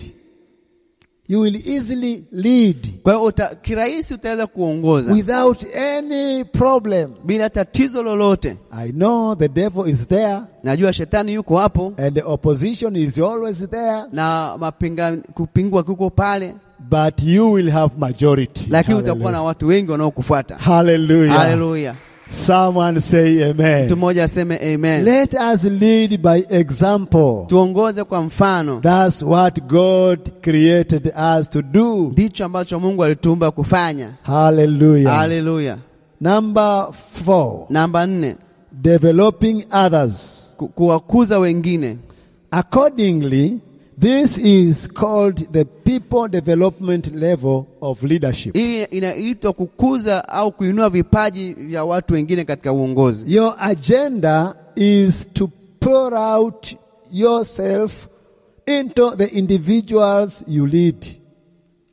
[SPEAKER 1] You will easily lead
[SPEAKER 2] kwa hiyo uta, kirahisi utaweza kuongoza
[SPEAKER 1] without any problem.
[SPEAKER 2] bila tatizo lolote.
[SPEAKER 1] I know the devil is there
[SPEAKER 2] Najua shetani yuko hapo
[SPEAKER 1] and the opposition is always there.
[SPEAKER 2] na mapinga, kupingwa kuko pale,
[SPEAKER 1] but you will have majority.
[SPEAKER 2] lakini utakuwa na watu wengi wanaokufuata.
[SPEAKER 1] Hallelujah.
[SPEAKER 2] Haleluya!
[SPEAKER 1] Someone say amen.
[SPEAKER 2] Mtu mmoja aseme amen.
[SPEAKER 1] Let us lead by example.
[SPEAKER 2] Tuongoze kwa mfano,
[SPEAKER 1] That's what God created us to do.
[SPEAKER 2] ndicho ambacho Mungu alituumba kufanya.
[SPEAKER 1] Hallelujah.
[SPEAKER 2] Haleluya!
[SPEAKER 1] Number four,
[SPEAKER 2] Namba nne,
[SPEAKER 1] developing others.
[SPEAKER 2] ku- kuwakuza wengine.
[SPEAKER 1] Accordingly, this is called the people development level of leadership.
[SPEAKER 2] Hii inaitwa kukuza au kuinua vipaji vya watu wengine katika uongozi.
[SPEAKER 1] Your agenda is to pour out yourself into the individuals you lead.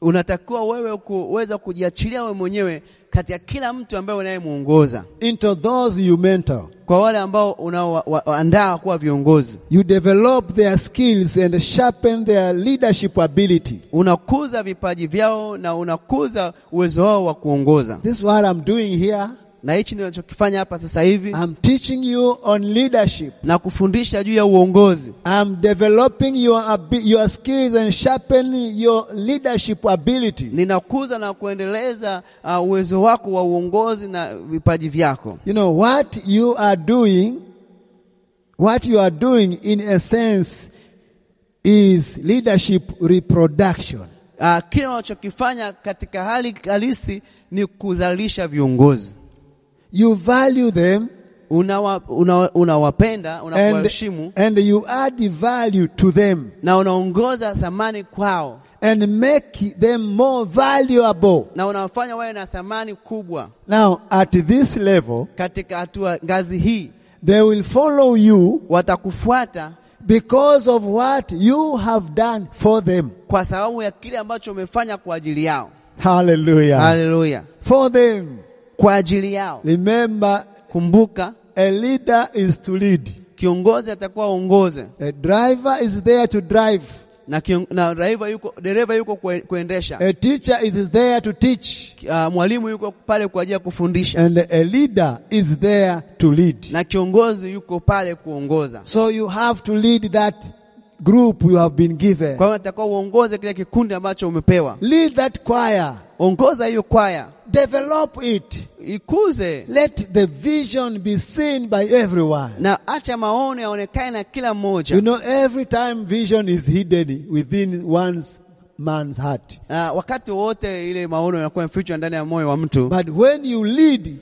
[SPEAKER 2] Unatakiwa wewe kuweza kujiachilia wewe mwenyewe katika kila mtu ambaye unayemuongoza.
[SPEAKER 1] into those you mentor.
[SPEAKER 2] kwa wale ambao unaoandaa kuwa viongozi,
[SPEAKER 1] You develop their skills and sharpen their leadership ability.
[SPEAKER 2] unakuza vipaji vyao na unakuza uwezo wao wa kuongoza.
[SPEAKER 1] This is what I'm doing here.
[SPEAKER 2] Na hichi ninachokifanya hapa sasa hivi
[SPEAKER 1] I'm teaching you on leadership.
[SPEAKER 2] na kufundisha juu ya uongozi,
[SPEAKER 1] I'm developing your abi- your skills and sharpening your leadership ability.
[SPEAKER 2] ninakuza na kuendeleza uh, uwezo wako wa uongozi na vipaji vyako.
[SPEAKER 1] You know what you are doing. What you are doing, in essence, is leadership reproduction.
[SPEAKER 2] Uh, kile unachokifanya katika hali halisi ni kuzalisha viongozi,
[SPEAKER 1] You value them
[SPEAKER 2] unawa, una, unawapenda unakuwaheshimu
[SPEAKER 1] and, and you add value to them.
[SPEAKER 2] na unaongoza thamani kwao
[SPEAKER 1] and make them more valuable.
[SPEAKER 2] na unawafanya wawe na thamani kubwa.
[SPEAKER 1] Now, at this level,
[SPEAKER 2] katika hatua ngazi hii
[SPEAKER 1] they will follow you
[SPEAKER 2] watakufuata
[SPEAKER 1] because of what you have done for them.
[SPEAKER 2] kwa sababu ya kile ambacho umefanya kwa ajili yao.
[SPEAKER 1] Hallelujah.
[SPEAKER 2] Haleluya!
[SPEAKER 1] For them.
[SPEAKER 2] Kwa ajili yao.
[SPEAKER 1] Remember,
[SPEAKER 2] Kumbuka,
[SPEAKER 1] a leader is to lead.
[SPEAKER 2] kiongozi atakuwa aongoze,
[SPEAKER 1] A driver is there to drive.
[SPEAKER 2] na, kion, na driver yuko, dereva yuko kue- kuendesha
[SPEAKER 1] A teacher is there to teach,
[SPEAKER 2] uh, mwalimu yuko pale kwa ajili ya kufundisha
[SPEAKER 1] and a leader is there to lead.
[SPEAKER 2] na kiongozi yuko pale kuongoza.
[SPEAKER 1] So you have to lead that group you have been given.
[SPEAKER 2] Kwa hiyo nataka uongoze kile kikundi ambacho umepewa,
[SPEAKER 1] Lead that choir.
[SPEAKER 2] ongoza hiyo kwaya,
[SPEAKER 1] Develop it.
[SPEAKER 2] ikuze
[SPEAKER 1] Let the vision be seen by everyone.
[SPEAKER 2] na acha maono yaonekane na kila mmoja.
[SPEAKER 1] You know, every time vision is hidden within one's man's heart.
[SPEAKER 2] Ah, wakati wote ile maono yanakuwa yamefichwa ndani ya moyo wa mtu.
[SPEAKER 1] But when you lead,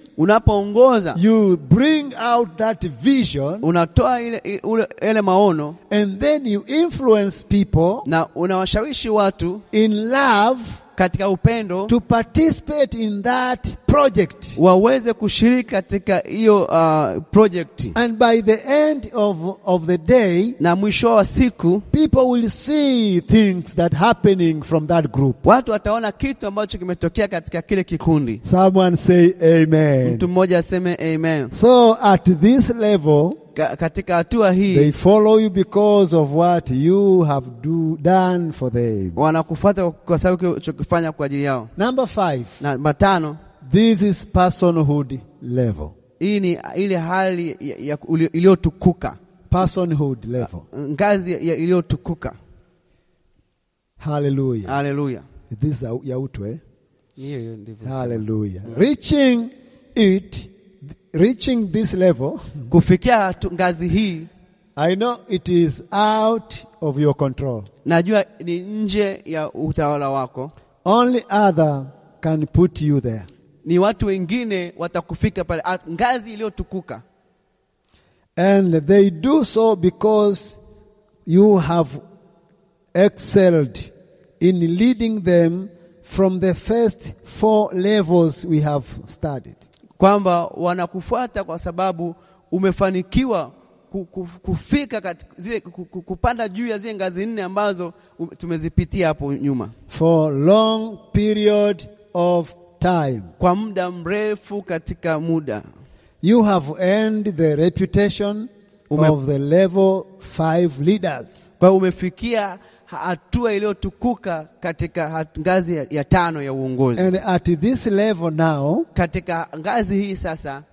[SPEAKER 2] Unapoongoza
[SPEAKER 1] you bring out that vision
[SPEAKER 2] unatoa ile, i- ule, ile maono
[SPEAKER 1] and then you influence people
[SPEAKER 2] na unawashawishi watu
[SPEAKER 1] in love
[SPEAKER 2] katika upendo
[SPEAKER 1] to participate in that project.
[SPEAKER 2] waweze kushiriki katika hiyo uh, project,
[SPEAKER 1] And by the end of, of the day,
[SPEAKER 2] na mwisho wa siku
[SPEAKER 1] people will see things that happening from that group.
[SPEAKER 2] watu wataona kitu ambacho kimetokea katika kile kikundi.
[SPEAKER 1] Someone say amen.
[SPEAKER 2] Mtu mmoja aseme amen.
[SPEAKER 1] So at this level,
[SPEAKER 2] Ka, katika hatua hii
[SPEAKER 1] They follow you because of what you have do, done for them.
[SPEAKER 2] wanakufuata kwa sababu kile ulichokifanya kwa ajili yao.
[SPEAKER 1] Number five,
[SPEAKER 2] Namba tano,
[SPEAKER 1] this is personhood level.
[SPEAKER 2] hii ni ile hali ya- ya- uli- iliyotukuka
[SPEAKER 1] Personhood level.
[SPEAKER 2] ngazi ya iliyotukuka.
[SPEAKER 1] Hallelujah.
[SPEAKER 2] Haleluya!
[SPEAKER 1] This is ya- yautwe.
[SPEAKER 2] Hiyo hiyo ndivyo nasema.
[SPEAKER 1] Hallelujah. Reaching it, reaching this level,
[SPEAKER 2] Kufikia hatu- ngazi hii
[SPEAKER 1] I know it is out of your control.
[SPEAKER 2] najua ni nje ya utawala wako,
[SPEAKER 1] Only other can put you there.
[SPEAKER 2] ni watu wengine watakufika pale, ah, ngazi iliyotukuka,
[SPEAKER 1] And they do so because you have excelled in leading them from the first four levels we have studied.
[SPEAKER 2] kwamba wanakufuata kwa sababu umefanikiwa ku- ku- kufika katika zile ku- ku- kupanda juu ya zile ngazi nne ambazo um- tumezipitia hapo nyuma
[SPEAKER 1] For long period of time,
[SPEAKER 2] kwa muda mrefu katika muda
[SPEAKER 1] you have earned the reputation
[SPEAKER 2] Ume-
[SPEAKER 1] of the level five leaders.
[SPEAKER 2] kwa hiyo umefikia ha- hatua iliyotukuka katika hat- ngazi ya, ya tano ya uongozi
[SPEAKER 1] And at this level now,
[SPEAKER 2] katika ngazi hii sasa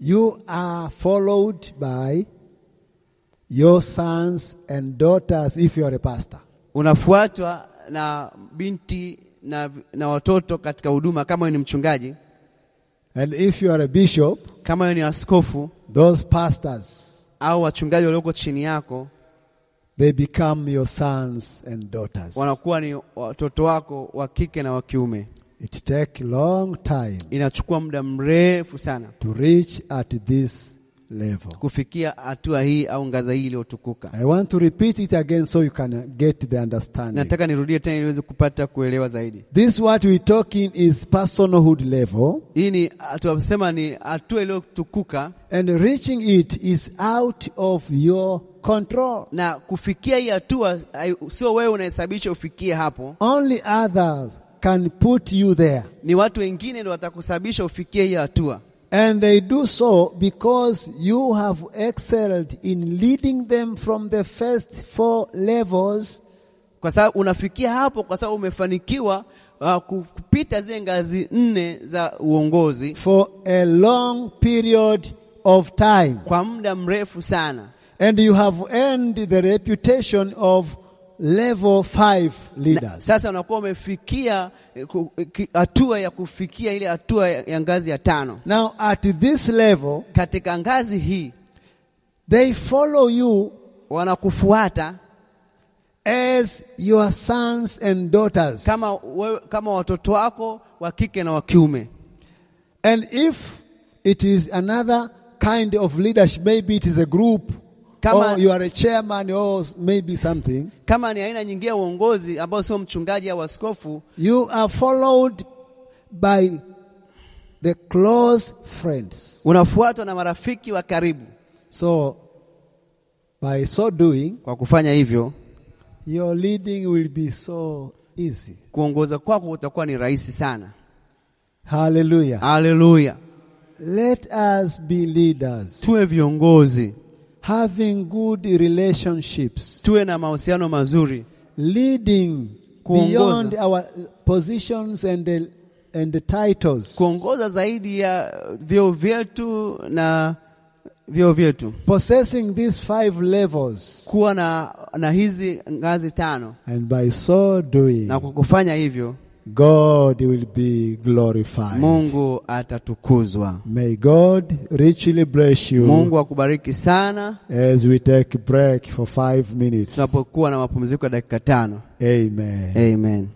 [SPEAKER 1] You are followed by your sons and daughters if you are a pastor.
[SPEAKER 2] unafuatwa na binti na, na watoto katika huduma kama wewe ni mchungaji
[SPEAKER 1] And if you are a bishop,
[SPEAKER 2] kama wewe ni askofu
[SPEAKER 1] those pastors,
[SPEAKER 2] au wachungaji walioko chini yako
[SPEAKER 1] they become your sons and daughters.
[SPEAKER 2] wanakuwa ni watoto wako wa kike na wa kiume
[SPEAKER 1] It takes long time
[SPEAKER 2] inachukua muda mrefu sana
[SPEAKER 1] to reach at this level.
[SPEAKER 2] kufikia hatua hii au ngazi hii iliyotukuka
[SPEAKER 1] I want to repeat it again so you can uh, get the understanding.
[SPEAKER 2] nataka nirudie tena ili uweze kupata kuelewa zaidi
[SPEAKER 1] This what we're talking is personhood level
[SPEAKER 2] hii ni tunasema ni hatua iliyotukuka
[SPEAKER 1] and reaching it is out of your control.
[SPEAKER 2] na kufikia hii hatua hai- sio wewe unahesabisha ufikie hapo
[SPEAKER 1] Only others can put you there.
[SPEAKER 2] ni watu wengine ndio watakusababisha ufikie hii hatua
[SPEAKER 1] And they do so because you have excelled in leading them from the first four levels
[SPEAKER 2] kwa sababu unafikia hapo kwa sababu umefanikiwa uh, ku- kupita zile ngazi nne za uongozi
[SPEAKER 1] for a long period of time.
[SPEAKER 2] kwa muda mrefu sana
[SPEAKER 1] And you have earned the reputation of level five
[SPEAKER 2] na,
[SPEAKER 1] leaders.
[SPEAKER 2] sasa unakuwa umefikia eh, ku- eh, ki- hatua ya kufikia ile hatua ya, ya ngazi ya tano
[SPEAKER 1] Now, at this level,
[SPEAKER 2] katika ngazi hii
[SPEAKER 1] they follow you
[SPEAKER 2] wanakufuata
[SPEAKER 1] as your sons and daughters.
[SPEAKER 2] kama, wewe- kama watoto wako wa kike na wa kiume
[SPEAKER 1] And if it is another kind of leadership, maybe it is a group,
[SPEAKER 2] Kama-
[SPEAKER 1] or you are a chairman, or maybe something,
[SPEAKER 2] kama ni aina nyingine ya uongozi ambao sio mchungaji au askofu
[SPEAKER 1] you are followed by the close friends.
[SPEAKER 2] unafuatwa na marafiki wa karibu
[SPEAKER 1] So, by so doing,
[SPEAKER 2] kwa kufanya hivyo
[SPEAKER 1] your leading will be so easy.
[SPEAKER 2] kuongoza kwako kutakuwa ni rahisi sana
[SPEAKER 1] Hallelujah.
[SPEAKER 2] haleluya
[SPEAKER 1] Let us be leaders.
[SPEAKER 2] tuwe viongozi
[SPEAKER 1] having good relationships,
[SPEAKER 2] tuwe na mahusiano mazuri
[SPEAKER 1] leading
[SPEAKER 2] Kuongoza.
[SPEAKER 1] beyond our positions and the, and the titles,
[SPEAKER 2] kuongoza zaidi ya vyeo vyetu na vyeo vyetu
[SPEAKER 1] possessing these five levels,
[SPEAKER 2] kuwa na, na hizi ngazi tano
[SPEAKER 1] and by so doing,
[SPEAKER 2] na kwa kufanya hivyo
[SPEAKER 1] God will be glorified.
[SPEAKER 2] mungu atatukuzwa
[SPEAKER 1] May God richly bless you
[SPEAKER 2] mungu akubariki sana
[SPEAKER 1] as we take a break for five minutes.
[SPEAKER 2] tunapokuwa na mapumziko ya dakika tano
[SPEAKER 1] Amen.
[SPEAKER 2] amen